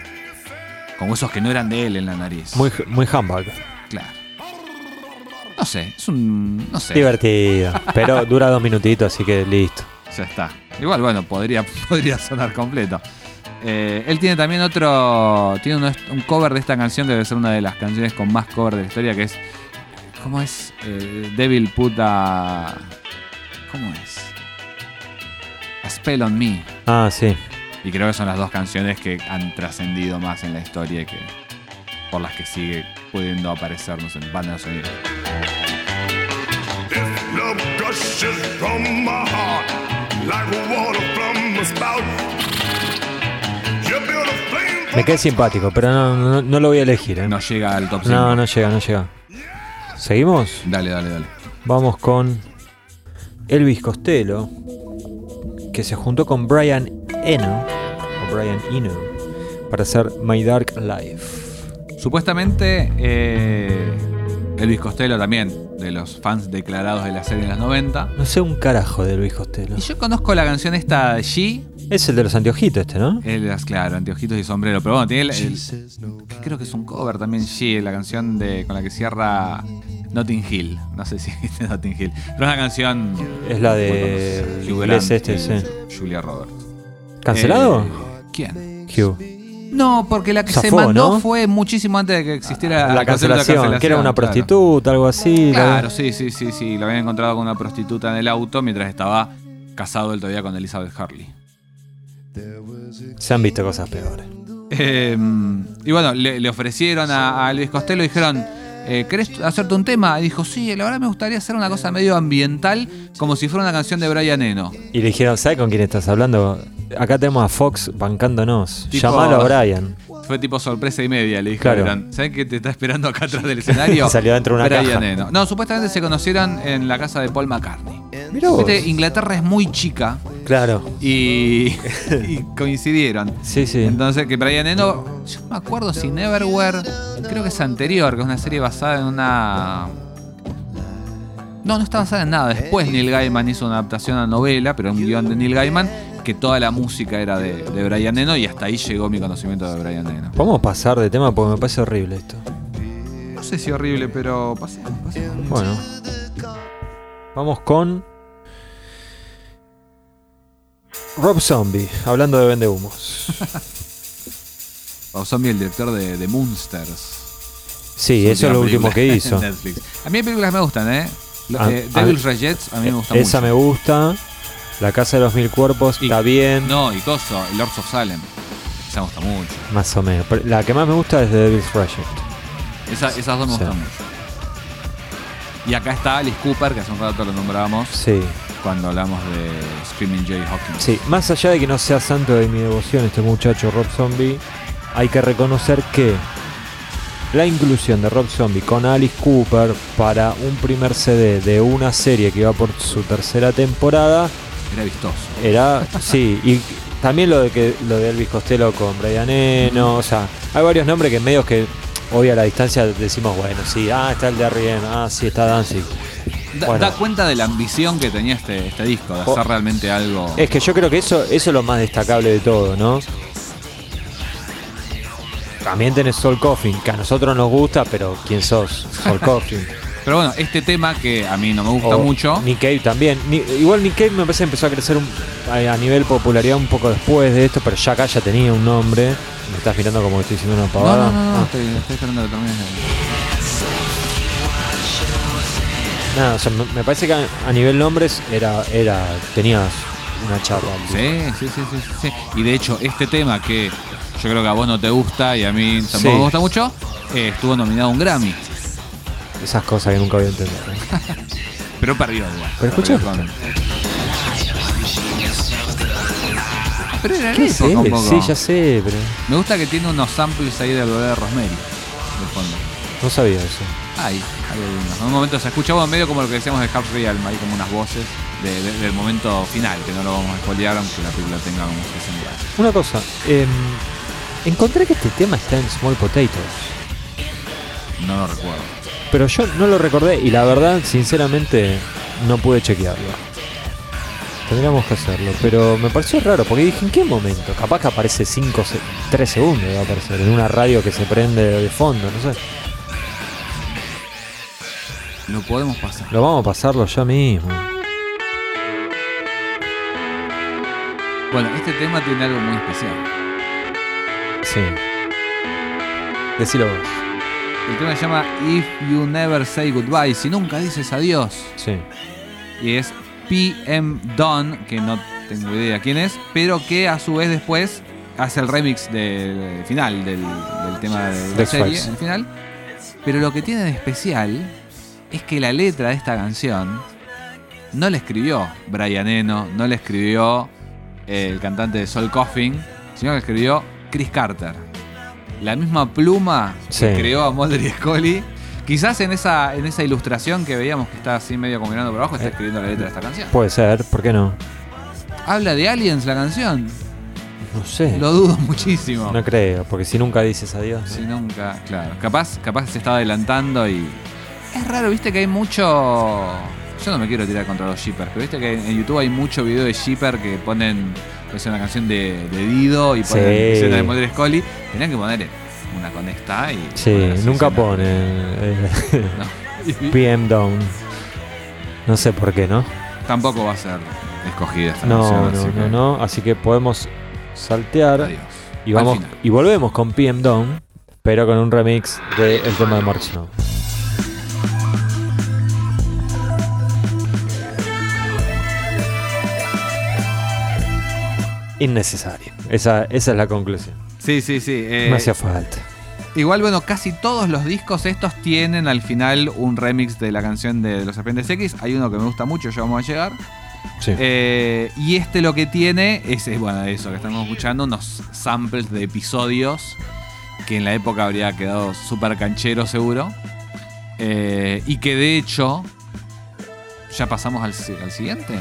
Con huesos que no eran de él en la nariz. Muy, muy humbug. claro. No sé, es un. No sé. Divertido. Pero dura dos minutitos, así que listo. Ya está. Igual, bueno, podría, podría sonar completo. Eh, él tiene también otro. Tiene un, un cover de esta canción que debe ser una de las canciones con más cover de la historia, que es. ¿Cómo es? Eh, Devil Puta. ¿Cómo es? A Spell on Me. Ah, sí. Y creo que son las dos canciones que han trascendido más en la historia y que. por las que sigue pudiendo aparecernos en banda de sonido. Love gushes from my heart like water from a spout. You build a flame Me quedé simpático, pero no, no, no lo voy a elegir. ¿eh? No llega al top 5. no, no llega, no llega. ¿Seguimos? Dale, dale, dale. Vamos con Elvis Costello, que se juntó con Brian Eno, o Brian Eno, para hacer My Dark Life. Supuestamente, eh, Elvis Costello también, de los fans declarados de la serie en los 90. No sé un carajo de Elvis Costello. Y yo conozco la canción esta de She, Es el de los anteojitos este, ¿no? él es claro, anteojitos y sombrero, pero bueno, tiene el, el- que creo que es un cover también She, la canción de con la que cierra Notting Hill. No sé si viste Notting Hill, pero es una canción Es la muy de conocida. Hugh inglés Grant este, y sí. Julia Roberts. ¿Cancelado? Eh, ¿Quién? Hugh. No, porque la que se Zafó, mandó ¿no? fue muchísimo antes de que existiera La el concepto de cancelación, que era una cancelación, claro. prostituta, algo así. la- Claro, sí, sí, sí, sí. Lo habían encontrado con una prostituta en el auto mientras estaba casado él todavía con Elizabeth Harley. Se han visto cosas peores. Eh, y bueno, le, le ofrecieron a, a Elvis Costello y dijeron, eh, ¿querés hacerte un tema? Y dijo, sí, la verdad me gustaría hacer una cosa medio ambiental, como si fuera una canción de Brian Eno. Y le dijeron, ¿sabes con quién estás hablando? Acá tenemos a Fox bancándonos. Tipo- Llamalo a Brian. Fue tipo sorpresa y media, le Claro. dijeron. ¿Saben qué te está esperando acá atrás del escenario? Salió dentro de una Brian caja. Eno. No, supuestamente se conocieron en la casa de Paul McCartney. Mirá vos. Viste, Inglaterra es muy chica Claro. y, y coincidieron. Sí, sí. Entonces, que Brian Eno, yo no me acuerdo si Neverwhere, creo que es anterior, que es una serie basada en una. No, no está basada en nada. Después Neil Gaiman hizo una adaptación a novela, pero un guión de Neil Gaiman, que toda la música era de, de Brian Eno y hasta ahí llegó mi conocimiento de Brian Eno. Vamos a pasar de tema porque me parece horrible esto. No sé si horrible, pero pasemos, pasemos. Bueno. Vamos con. Rob Zombie, hablando de vendehumos. Rob Zombie, el director de, de Moonsters. Sí, eso es lo último que hizo. Netflix. A mí hay películas que me gustan, ¿eh? Lo- A- eh, a Devil's mí- Rejects a mí me gusta mucho. Esa me gusta. La Casa de los Mil Cuerpos Y- está bien. No, y Coso, el Lords of Salem. Esa me gusta mucho. Más o menos. Pero La que más me gusta es The Devil's Project. Esa- esas dos me Sí. gustan mucho. Y acá está Alice Cooper, que hace un rato lo nombrábamos Sí. cuando hablamos de Screaming Jay Hawkins. Sí. Más allá de que no sea santo de mi devoción este muchacho Rob Zombie, hay que reconocer que la inclusión de Rob Zombie con Alice Cooper para un primer CD de una serie que iba por su tercera temporada Era vistoso. Era, sí, y también lo de que lo de Elvis Costello con Brian Eno, o sea, hay varios nombres que medios que hoy a la distancia decimos, bueno, sí, ah, está el de Arrien, ah, sí, está Danzig. Da, Bueno. da cuenta de la ambición que tenía este, este disco, de hacer Oh. realmente algo. Es que yo creo que eso, eso es lo más destacable de todo, ¿no? También tenés Soul Coffin, que a nosotros nos gusta, pero ¿quién sos? Soul Coffin. Pero bueno, este tema que a mí no me gusta O mucho. Nick Cave también. Oh. Ni- igual Nick Cave me parece que empezó a crecer un- a, a nivel popularidad un poco después de esto, pero ya acá ya tenía un nombre. Me estás mirando como que estoy diciendo una No, no, pavada. no, no, Ah. estoy, estoy esperando que termines de- Ah, Nada, o sea, me, me parece que a, a nivel nombres era, era, tenías una charla. Sí, sí, sí, sí, sí, sí. Y de hecho, este tema que yo creo que a vos no te gusta y a mí tampoco Sí. me gusta mucho, eh, estuvo nominado a un Grammy. Esas cosas que nunca voy a entender. ¿eh? Pero perdió igual. Pero Perdió escuchá. con- Pero era ¿Qué el es época un él? poco. Sí, ya sé, pero Me gusta que tiene unos samples ahí del bebé de Rosemary. De fondo. no sabía eso. Ay, hay algunos. En un momento se escucha bueno, medio como lo que decíamos de Half Real, hay como unas voces de- de- del momento final, que no lo vamos a spoilear aunque la película tenga como 60 años. Una cosa, em, encontré que este tema está en Small Potatoes. No lo recuerdo. Pero yo no lo recordé y la verdad, sinceramente, no pude chequearlo. Tendríamos que hacerlo, pero me pareció raro porque dije, ¿en qué momento? Capaz que aparece 5, 3 segundos, va a aparecer en una radio que se prende de fondo, no sé. Lo podemos pasar. Lo vamos a pasarlo ya mismo. Bueno, este tema tiene algo muy especial. Sí. Decilo vos. El tema se llama If You Never Say Goodbye, si nunca dices adiós. Sí. y es PM Don, que no tengo idea quién es, pero que a su vez después hace el remix del final del, del tema de la The serie, X-Files. el final. Pero lo que tiene de especial es que la letra de esta canción no la escribió Brian Eno, no la escribió eh, el cantante de Soul Coffin, sino que la escribió Chris Carter. La misma pluma Sí. que creó a Mulder y Scully. Quizás en esa, en esa ilustración que veíamos que está así medio combinando por Eh. abajo, está escribiendo la letra de esta canción. Puede ser, ¿por qué no? Habla de aliens la canción. No sé. Lo dudo muchísimo. No creo, porque si nunca dices adiós. Si nunca, claro. Capaz, capaz se estaba adelantando y. Es raro, viste que hay mucho. Yo no me quiero tirar contra los shippers, pero viste que en YouTube hay mucho video de shipper que ponen pues, una canción de, de Dido y Sí. ponen escena de Mulder y Scully. Tenían que poner una conecta y. Sí, poner la nunca escena. pone eh, No. Y PM Down. No sé por qué, ¿no? Tampoco va a ser escogida esta No, canción. no, Ah, así no, que- no. Así que podemos saltear Adiós. y, Al vamos, final. y volvemos con PM Down, pero con un remix del tema de Mark Snow. Innecesario. Esa, esa es la conclusión. Sí, sí, sí. eh, No hacía falta. Igual, bueno, casi todos los discos estos tienen al final un remix de la canción de Los Serpientes X. Hay uno que me gusta mucho, ya vamos a llegar. Sí. Eh, y este lo que tiene es, eh, bueno, eso que estamos escuchando, unos samples de episodios que en la época habría quedado súper canchero seguro. Eh, y que de hecho, ¿Ya pasamos al, si- al siguiente?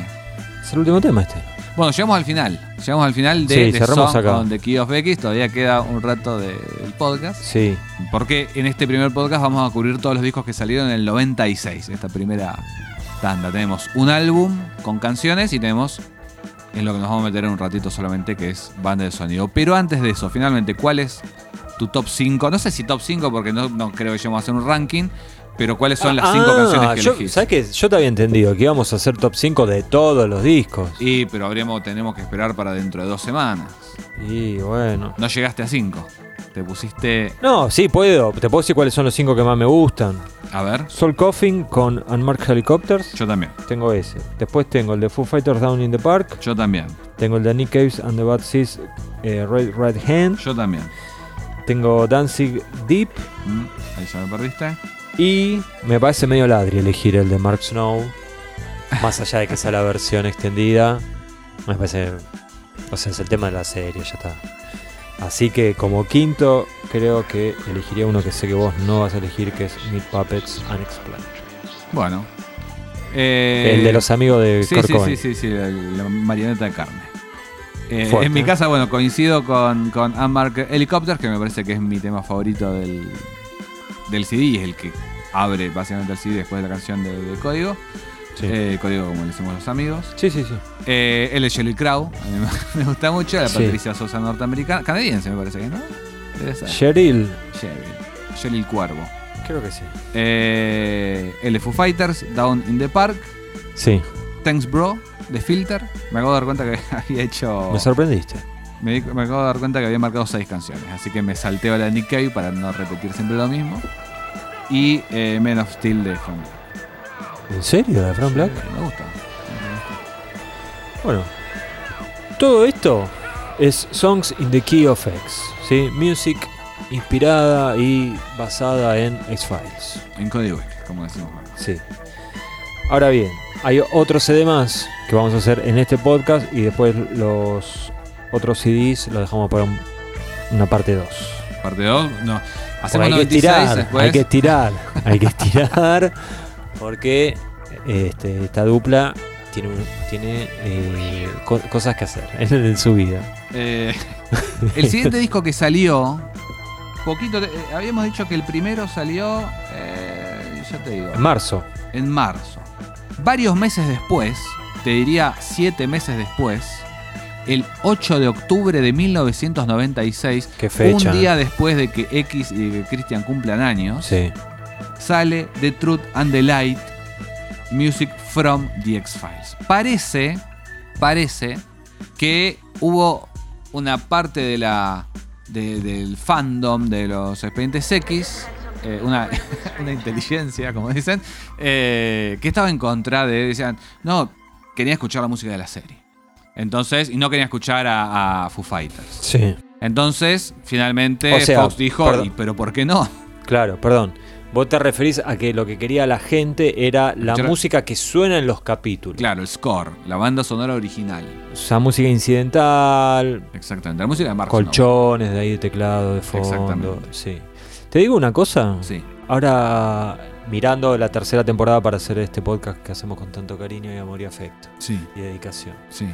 Es el último tema este. Bueno, llegamos al final. Llegamos al final de, Sí, de cerramos Song acá. con The Key of Becky. Todavía queda un rato de- del podcast. Sí. Porque en este primer podcast vamos a cubrir todos los discos que salieron en el 96. Esta primera tanda. Tenemos un álbum con canciones y tenemos en lo que nos vamos a meter en un ratito solamente, que es banda de sonido. Pero antes de eso, finalmente, ¿cuál es tu top 5? No sé si top 5 porque no, no creo que lleguemos a hacer un ranking. Pero ¿cuáles son las 5 Ah, canciones que yo, elegís? ¿Sabes qué? Yo te había entendido que íbamos a hacer top 5 de todos los discos. Y pero habríamos, tenemos que esperar para dentro de dos semanas. Y bueno. No llegaste a cinco. Te pusiste. No, sí, puedo. Te puedo decir cuáles son los 5 que más me gustan. A ver. Soul Coffin con Unmarked Helicopters. Yo también. Tengo ese. Después tengo el de Foo Fighters Down in the Park. Yo también. Tengo el de Nick Caves and the Bad Seas eh, Red, Red Hand. Yo también. Tengo Danzig Deep. Mm, ahí ya me perdiste. Y me parece medio ladri elegir el de Mark Snow. Más allá de que sea la versión extendida. Me parece. O sea, es el tema de la serie, ya está. Así que como quinto, creo que elegiría uno que sé que vos no vas a elegir, que es Meat Puppets Unexplained. Bueno. Eh, el de los amigos de Sí, Kurt sí, Cobain. sí, sí, sí, la, la marioneta de carne. Eh, Fuerte. en mi casa, bueno, coincido con, con Unmarked Helicopters, que me parece que es mi tema favorito del, del CD, y es el que abre básicamente el CD después de la canción de, de Código. Sí. Eh, código como le decimos los amigos. Sí, sí, sí. Eh, el de Sheryl Crow, a mí me gusta mucho. La Sí. Patricia Sosa norteamericana, canadiense me parece que, ¿no? Debe ser. Cheryl. Sheryl. Sheryl Cuervo. Creo que sí. Eh, el de Foo Fighters, Down in the Park. Sí, Thanks Bro, de Filter. Me acabo de dar cuenta que había hecho. me sorprendiste. Me, di- me acabo de dar cuenta que había marcado seis canciones. Así que me salteo la de Nick Cave para no repetir siempre lo mismo. Y eh, Men of Steel de Frank Black. ¿En serio? ¿La de Frank Black? Eh, Me gusta. Bueno, todo esto es Songs in the Key of X, ¿sí? Music inspirada y basada en X-Files, En código, X, como decimos. ahora. ¿sí? Ahora bien, hay otros CD más que vamos a hacer en este podcast y después los otros CDs los dejamos para un- una parte 2. Parte 2, no. Hacemos Hay que 96 estirar, después. hay que estirar, hay que estirar porque este, esta dupla tiene, un- tiene eh, co- cosas que hacer en su vida. Eh, el siguiente disco que salió, poquito, eh, habíamos dicho que el primero salió, eh, ya te digo, En marzo. en marzo. Varios meses después, te diría siete meses después, el 8 de octubre de 1996, Qué fecha, un día después de que X y que Christian cumplan años, Sí. sale The Truth and the Light, Music from the X-Files. Parece, parece que hubo una parte de la, de- del fandom de los expedientes X, eh, una, una inteligencia, como dicen, eh, que estaba en contra de, decían, no, quería escuchar la música de la serie. Entonces, y no quería escuchar a, a Foo Fighters. Sí. Entonces, finalmente O sea, Fox dijo, perdón. "Y, pero ¿por qué no? Claro, perdón. Vos te referís a que lo que quería la gente era la Yo- música que suena en los capítulos. Claro, el score, la banda sonora original. Esa música incidental, Exactamente, la música de Mark Snow. colchones de ahí de teclado, de fondo. Exactamente. Sí. Te digo una cosa. Sí. Ahora, mirando la tercera temporada para hacer este podcast que hacemos con tanto cariño y amor y afecto Sí, y dedicación. sí.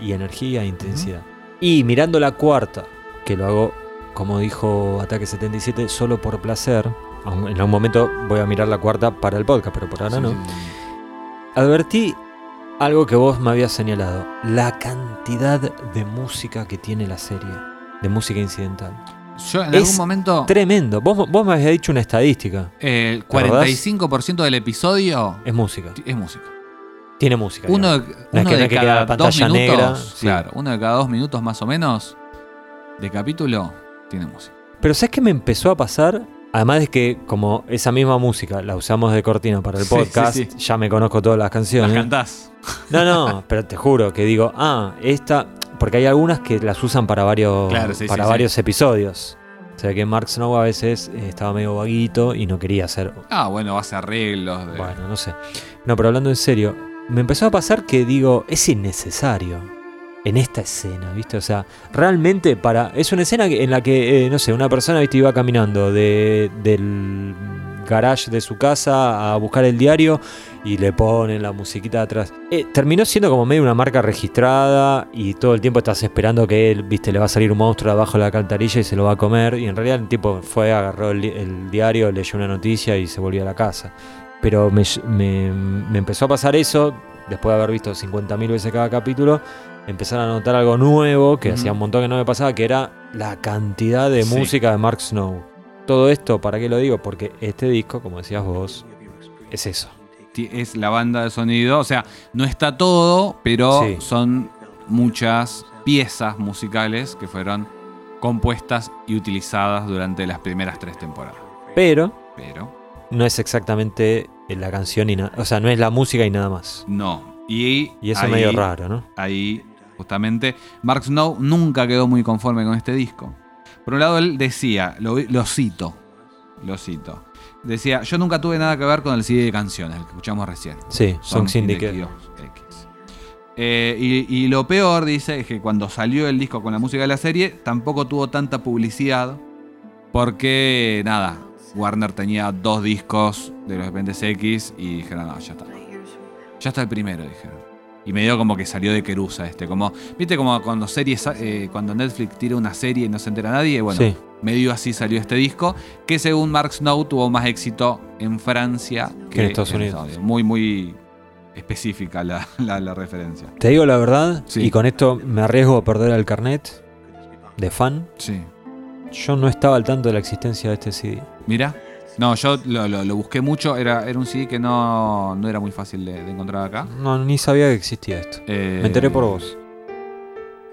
y energía e intensidad. Y mirando la cuarta, que lo hago, como dijo Ataque 77, solo por placer. aun- En algún momento voy a mirar la cuarta para el podcast, pero por ahora Sí, no. sí, sí. Advertí algo que vos me habías señalado: la cantidad de música que tiene la serie, de música incidental. Yo en Es algún momento, Tremendo. Vos, vos me habías dicho una estadística: eh, el acordás? 45% del episodio es música. t- es música. Tiene música. Uno, digamos. de- No es uno que- no de es que cada queda dos pantalla minutos, negra, sí. claro, uno de cada dos minutos más o menos de capítulo tiene música. Pero ¿sabes qué me empezó a pasar? Además de que como esa misma música la usamos de cortina para el Sí, sí, podcast, sí. ya me conozco todas las Las canciones. cantás. No, no, pero te juro que digo, ah, esta, porque hay algunas que las usan para varios, Claro, sí, para sí, varios episodios. O sea que Mark Snow a veces eh, estaba medio vaguito y no quería hacer, Ah, bueno, vas a arreglos. De... bueno, no sé. No, pero hablando en serio, me empezó a pasar que digo, es innecesario en esta escena, ¿viste? O sea, realmente para... Es una escena que- en la que, eh, no sé, una persona, ¿viste? Iba caminando de- del garage de su casa a buscar el diario y le ponen la musiquita de atrás. Eh, terminó siendo como medio una marca registrada y todo el tiempo estás esperando que él, viste, le va a salir un monstruo abajo de la alcantarilla y se lo va a comer. Y en realidad el tipo fue, agarró el, di- el diario, leyó una noticia y se volvió a la casa. Pero me, ll- me- me empezó a pasar eso, después de haber visto 50.000 veces cada capítulo, empezar a notar algo nuevo que Ujú. hacía un montón que no me pasaba, que era la cantidad de Sí. música de Mark Snow. Todo esto, ¿para qué lo digo? Porque este disco, como decías vos, es eso. ti- es la banda de sonido. O sea, no está todo, pero Sí. son muchas piezas musicales que fueron compuestas y utilizadas durante las primeras tres temporadas. Pero Pero no es exactamente eh, la canción y nada. O sea, no es la música y nada más. no. Y, Y eso ahí- es medio raro, ¿no? Ahí, justamente, Mark Snow nunca quedó muy conforme con este disco. Por un lado, él decía, lo, lo cito, lo cito. Decía, yo nunca tuve nada que ver con el CD de canciones, el que escuchamos recién. Sí, Song Something de Syndicate. Kios X. Eh, y, y lo peor, dice, es que cuando salió el disco con la música de la serie, tampoco tuvo tanta publicidad. Porque, nada, Warner tenía dos discos de los Dependentes X y dijeron, no, ya está. Ya está el primero, dijeron. Y me dio como que salió de querusa este. Como, viste, como cuando series, eh, cuando Netflix tira una serie y no se entera nadie, bueno, Sí. medio así salió este disco, que según Mark Snow tuvo más éxito en Francia Que en Estados Unidos. Muy, muy específica la, la- la referencia. Te digo la verdad, Sí. y con esto me arriesgo a perder el carnet de fan. Sí. Yo no estaba al tanto de la existencia de este CD. Mira. No, yo lo, lo- lo busqué mucho, era, era un CD que no, no era muy fácil de, de encontrar acá. No, ni sabía que existía esto. Eh, Me enteré por vos.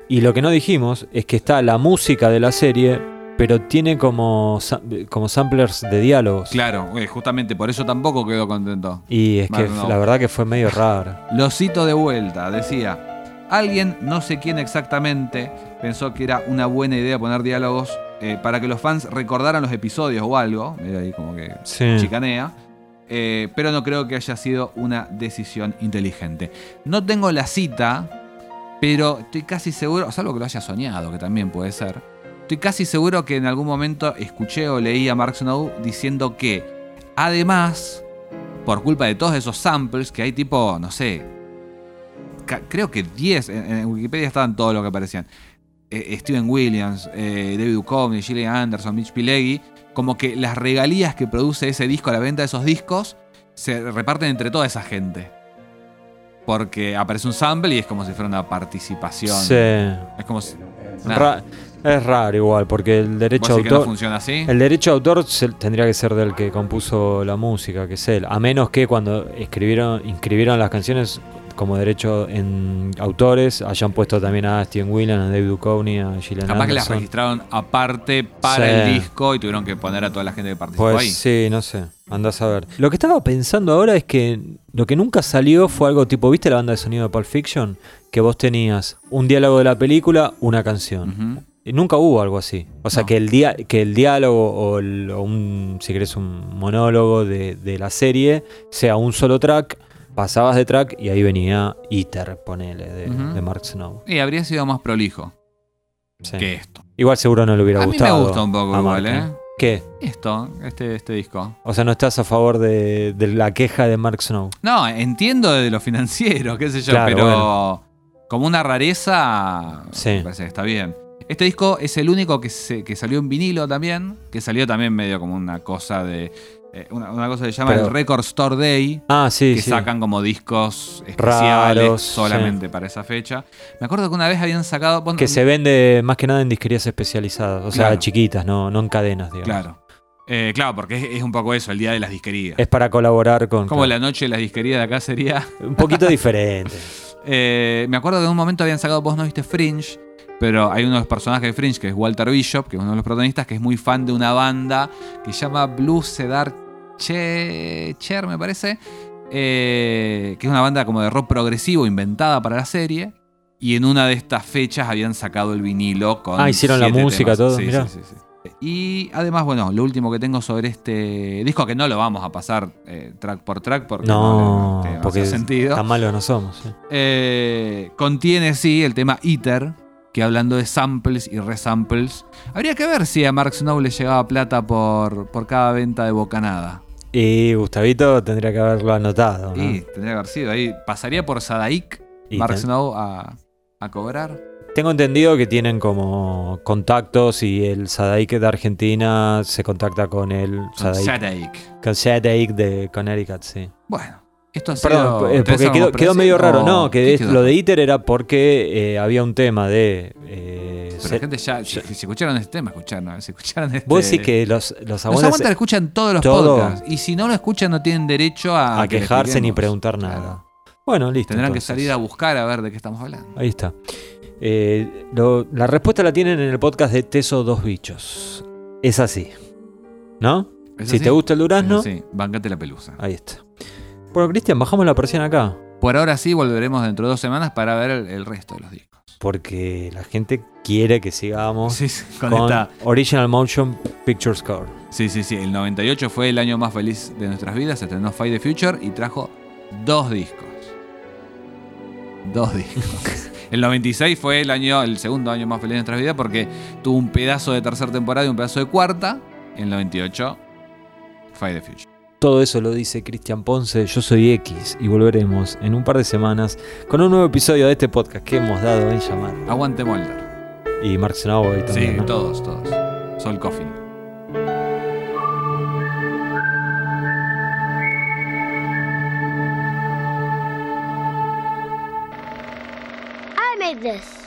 Y lo que no dijimos es que está la música de la serie, pero tiene como, sa- como samplers de diálogos. Claro, eh, justamente por eso tampoco quedó contento. Y es que Mar- no. la verdad que fue medio raro. Lo cito de vuelta, decía, alguien, no sé quién exactamente, pensó que era una buena idea poner diálogos eh, para que los fans recordaran los episodios o algo, mira ahí como que Sí. chicanea, eh, pero no creo que haya sido una decisión inteligente. No tengo la cita, pero estoy casi seguro, salvo que lo haya soñado, que también puede ser, estoy casi seguro que en algún momento escuché o leí a Mark Snow diciendo que, además, por culpa de todos esos samples, que hay tipo, no sé, ca- creo que 10, en, en Wikipedia estaban todos los que aparecían. Eh, Steven Williams, eh, David Duchovny, Gillian Anderson, Mitch Pileggi, como que las regalías que produce ese disco, la venta de esos discos, se reparten entre toda esa gente. Porque aparece un sample y es como si fuera una participación. Sí. Es como si. nada. Ra- es raro igual, porque el ¿Vos derecho de decís que no autor. funciona así? el derecho de autor se- tendría que ser del que compuso la música, que es él. A menos que cuando escribieron, inscribieron las canciones como derecho en autores, hayan puesto también a Steven Williams, a David Duchovny, a Gillian Capaz que las Anderson. registraron aparte para el Sí. disco y tuvieron que poner a toda la gente que participó Pues ahí. sí, no sé. Andás a ver. Lo que estaba pensando ahora es que lo que nunca salió fue algo tipo, ¿viste la banda de sonido de Pulp Fiction? Que vos tenías un diálogo de la película, una canción. Ujú. Y Nunca hubo algo así. O sea, No. que, el dia- que el diálogo o, el- o un, si querés, un monólogo de, de la serie sea un solo track, pasabas de track y ahí venía Iter, ponele, de, Ujú. de Mark Snow. Y habría sido más prolijo Sí. que esto. Igual seguro no le hubiera A mí me gustado. gusta un poco a igual, Mark, ¿eh? ¿Qué? Esto, este, este disco. O sea, no estás a favor de, de la queja de Mark Snow. No, entiendo de lo financiero, qué sé yo, Claro, pero como una rareza, Sí. me parece que está bien. Este disco es el único que, se- que salió en vinilo también, que salió también medio como una cosa de. eh, una, una cosa que se llama Pero- el Record Store Day, Ah, sí, que sí. sacan como discos especiales Raros, solamente para esa fecha. Me acuerdo que una vez habían sacado. vos no- Que se vende más que nada en disquerías especializadas. O sea, Claro. chiquitas, no, no en cadenas, digamos. Claro. Eh, claro, porque es, es un poco eso, el día de las disquerías. Es para colaborar con. como la noche de las disquerías de acá sería. Un poquito diferente. Eh, me acuerdo que en un momento habían sacado, vos no viste Fringe, pero hay uno de los personajes de Fringe que es Walter Bishop, que es uno de los protagonistas, que es muy fan de una banda que se llama Blue Cedar Che- Cher, me parece, eh, que es una banda como de rock progresivo inventada para la serie. Y en una de estas fechas habían sacado el vinilo con. Ah, hicieron la siete música, temas. todo, Sí, mirá. sí, sí, sí. Y además, bueno, lo último que tengo sobre este disco, que no lo vamos a pasar eh, track por track porque No, no, tiene porque demasiado sentido. tan malos no somos. ¿eh? Eh, contiene, sí, el tema ITER, que hablando de samples y resamples, habría que ver si a Mark Snow le llegaba plata por, por cada venta de bocanada. Y Gustavito tendría que haberlo anotado. ¿no? Y tendría que haber sido ahí. Pasaría por Sadaik, Y Mark ten- Snow, a, a cobrar. Tengo entendido que tienen como contactos y el Sadaik de Argentina se contacta con el Con Sadaik, Sadaik. con Sadaik de Connecticut, sí. Bueno, esto ha sido. Perdón, eh, ¿tenés porque algo quedó, más quedó para medio decir? raro. No, ¿qué que es- quedó? lo de ITER era porque eh, había un tema de... eh, Pero se- la gente ya, si, si escucharon este tema, escucharon, si escucharon este... Vos decís que los, los Los abuelos... aguantan, escuchan todos los todo. podcasts. Y si no lo escuchan, no tienen derecho a. a que les quejarse ni expliquemos. preguntar nada. Claro. Bueno, listo. Tendrán que entonces. salir a buscar a ver de qué estamos hablando. Ahí está. Eh, lo- la respuesta la tienen en el podcast de Teso Dos Bichos. Es así. ¿No? ¿Es Si así? te gusta el durazno, Sí, bancate la pelusa. ahí está. Bueno, Cristian, bajamos la persiana acá. Por ahora sí, volveremos dentro de dos semanas para ver el, el resto de los discos. Porque la gente quiere que sigamos Sí, sí, con Oh, con esta- Original Motion Picture Score. sí, sí, sí. El 98 fue el año más feliz de nuestras vidas. Se estrenó Fight the Future y trajo dos discos. Dos discos. El 96 fue el año, el segundo año más feliz de nuestras vidas porque tuvo un pedazo de tercera temporada y un pedazo de cuarta. En el 98, Fight the Future. Todo eso lo dice Cristian Ponce, yo soy X y volveremos en un par de semanas con un nuevo episodio de este podcast que hemos dado en llamar. Aguante Molder. Y Mark Snow Sí, también. ¿no? todos, todos. Sol Coffin. I made this.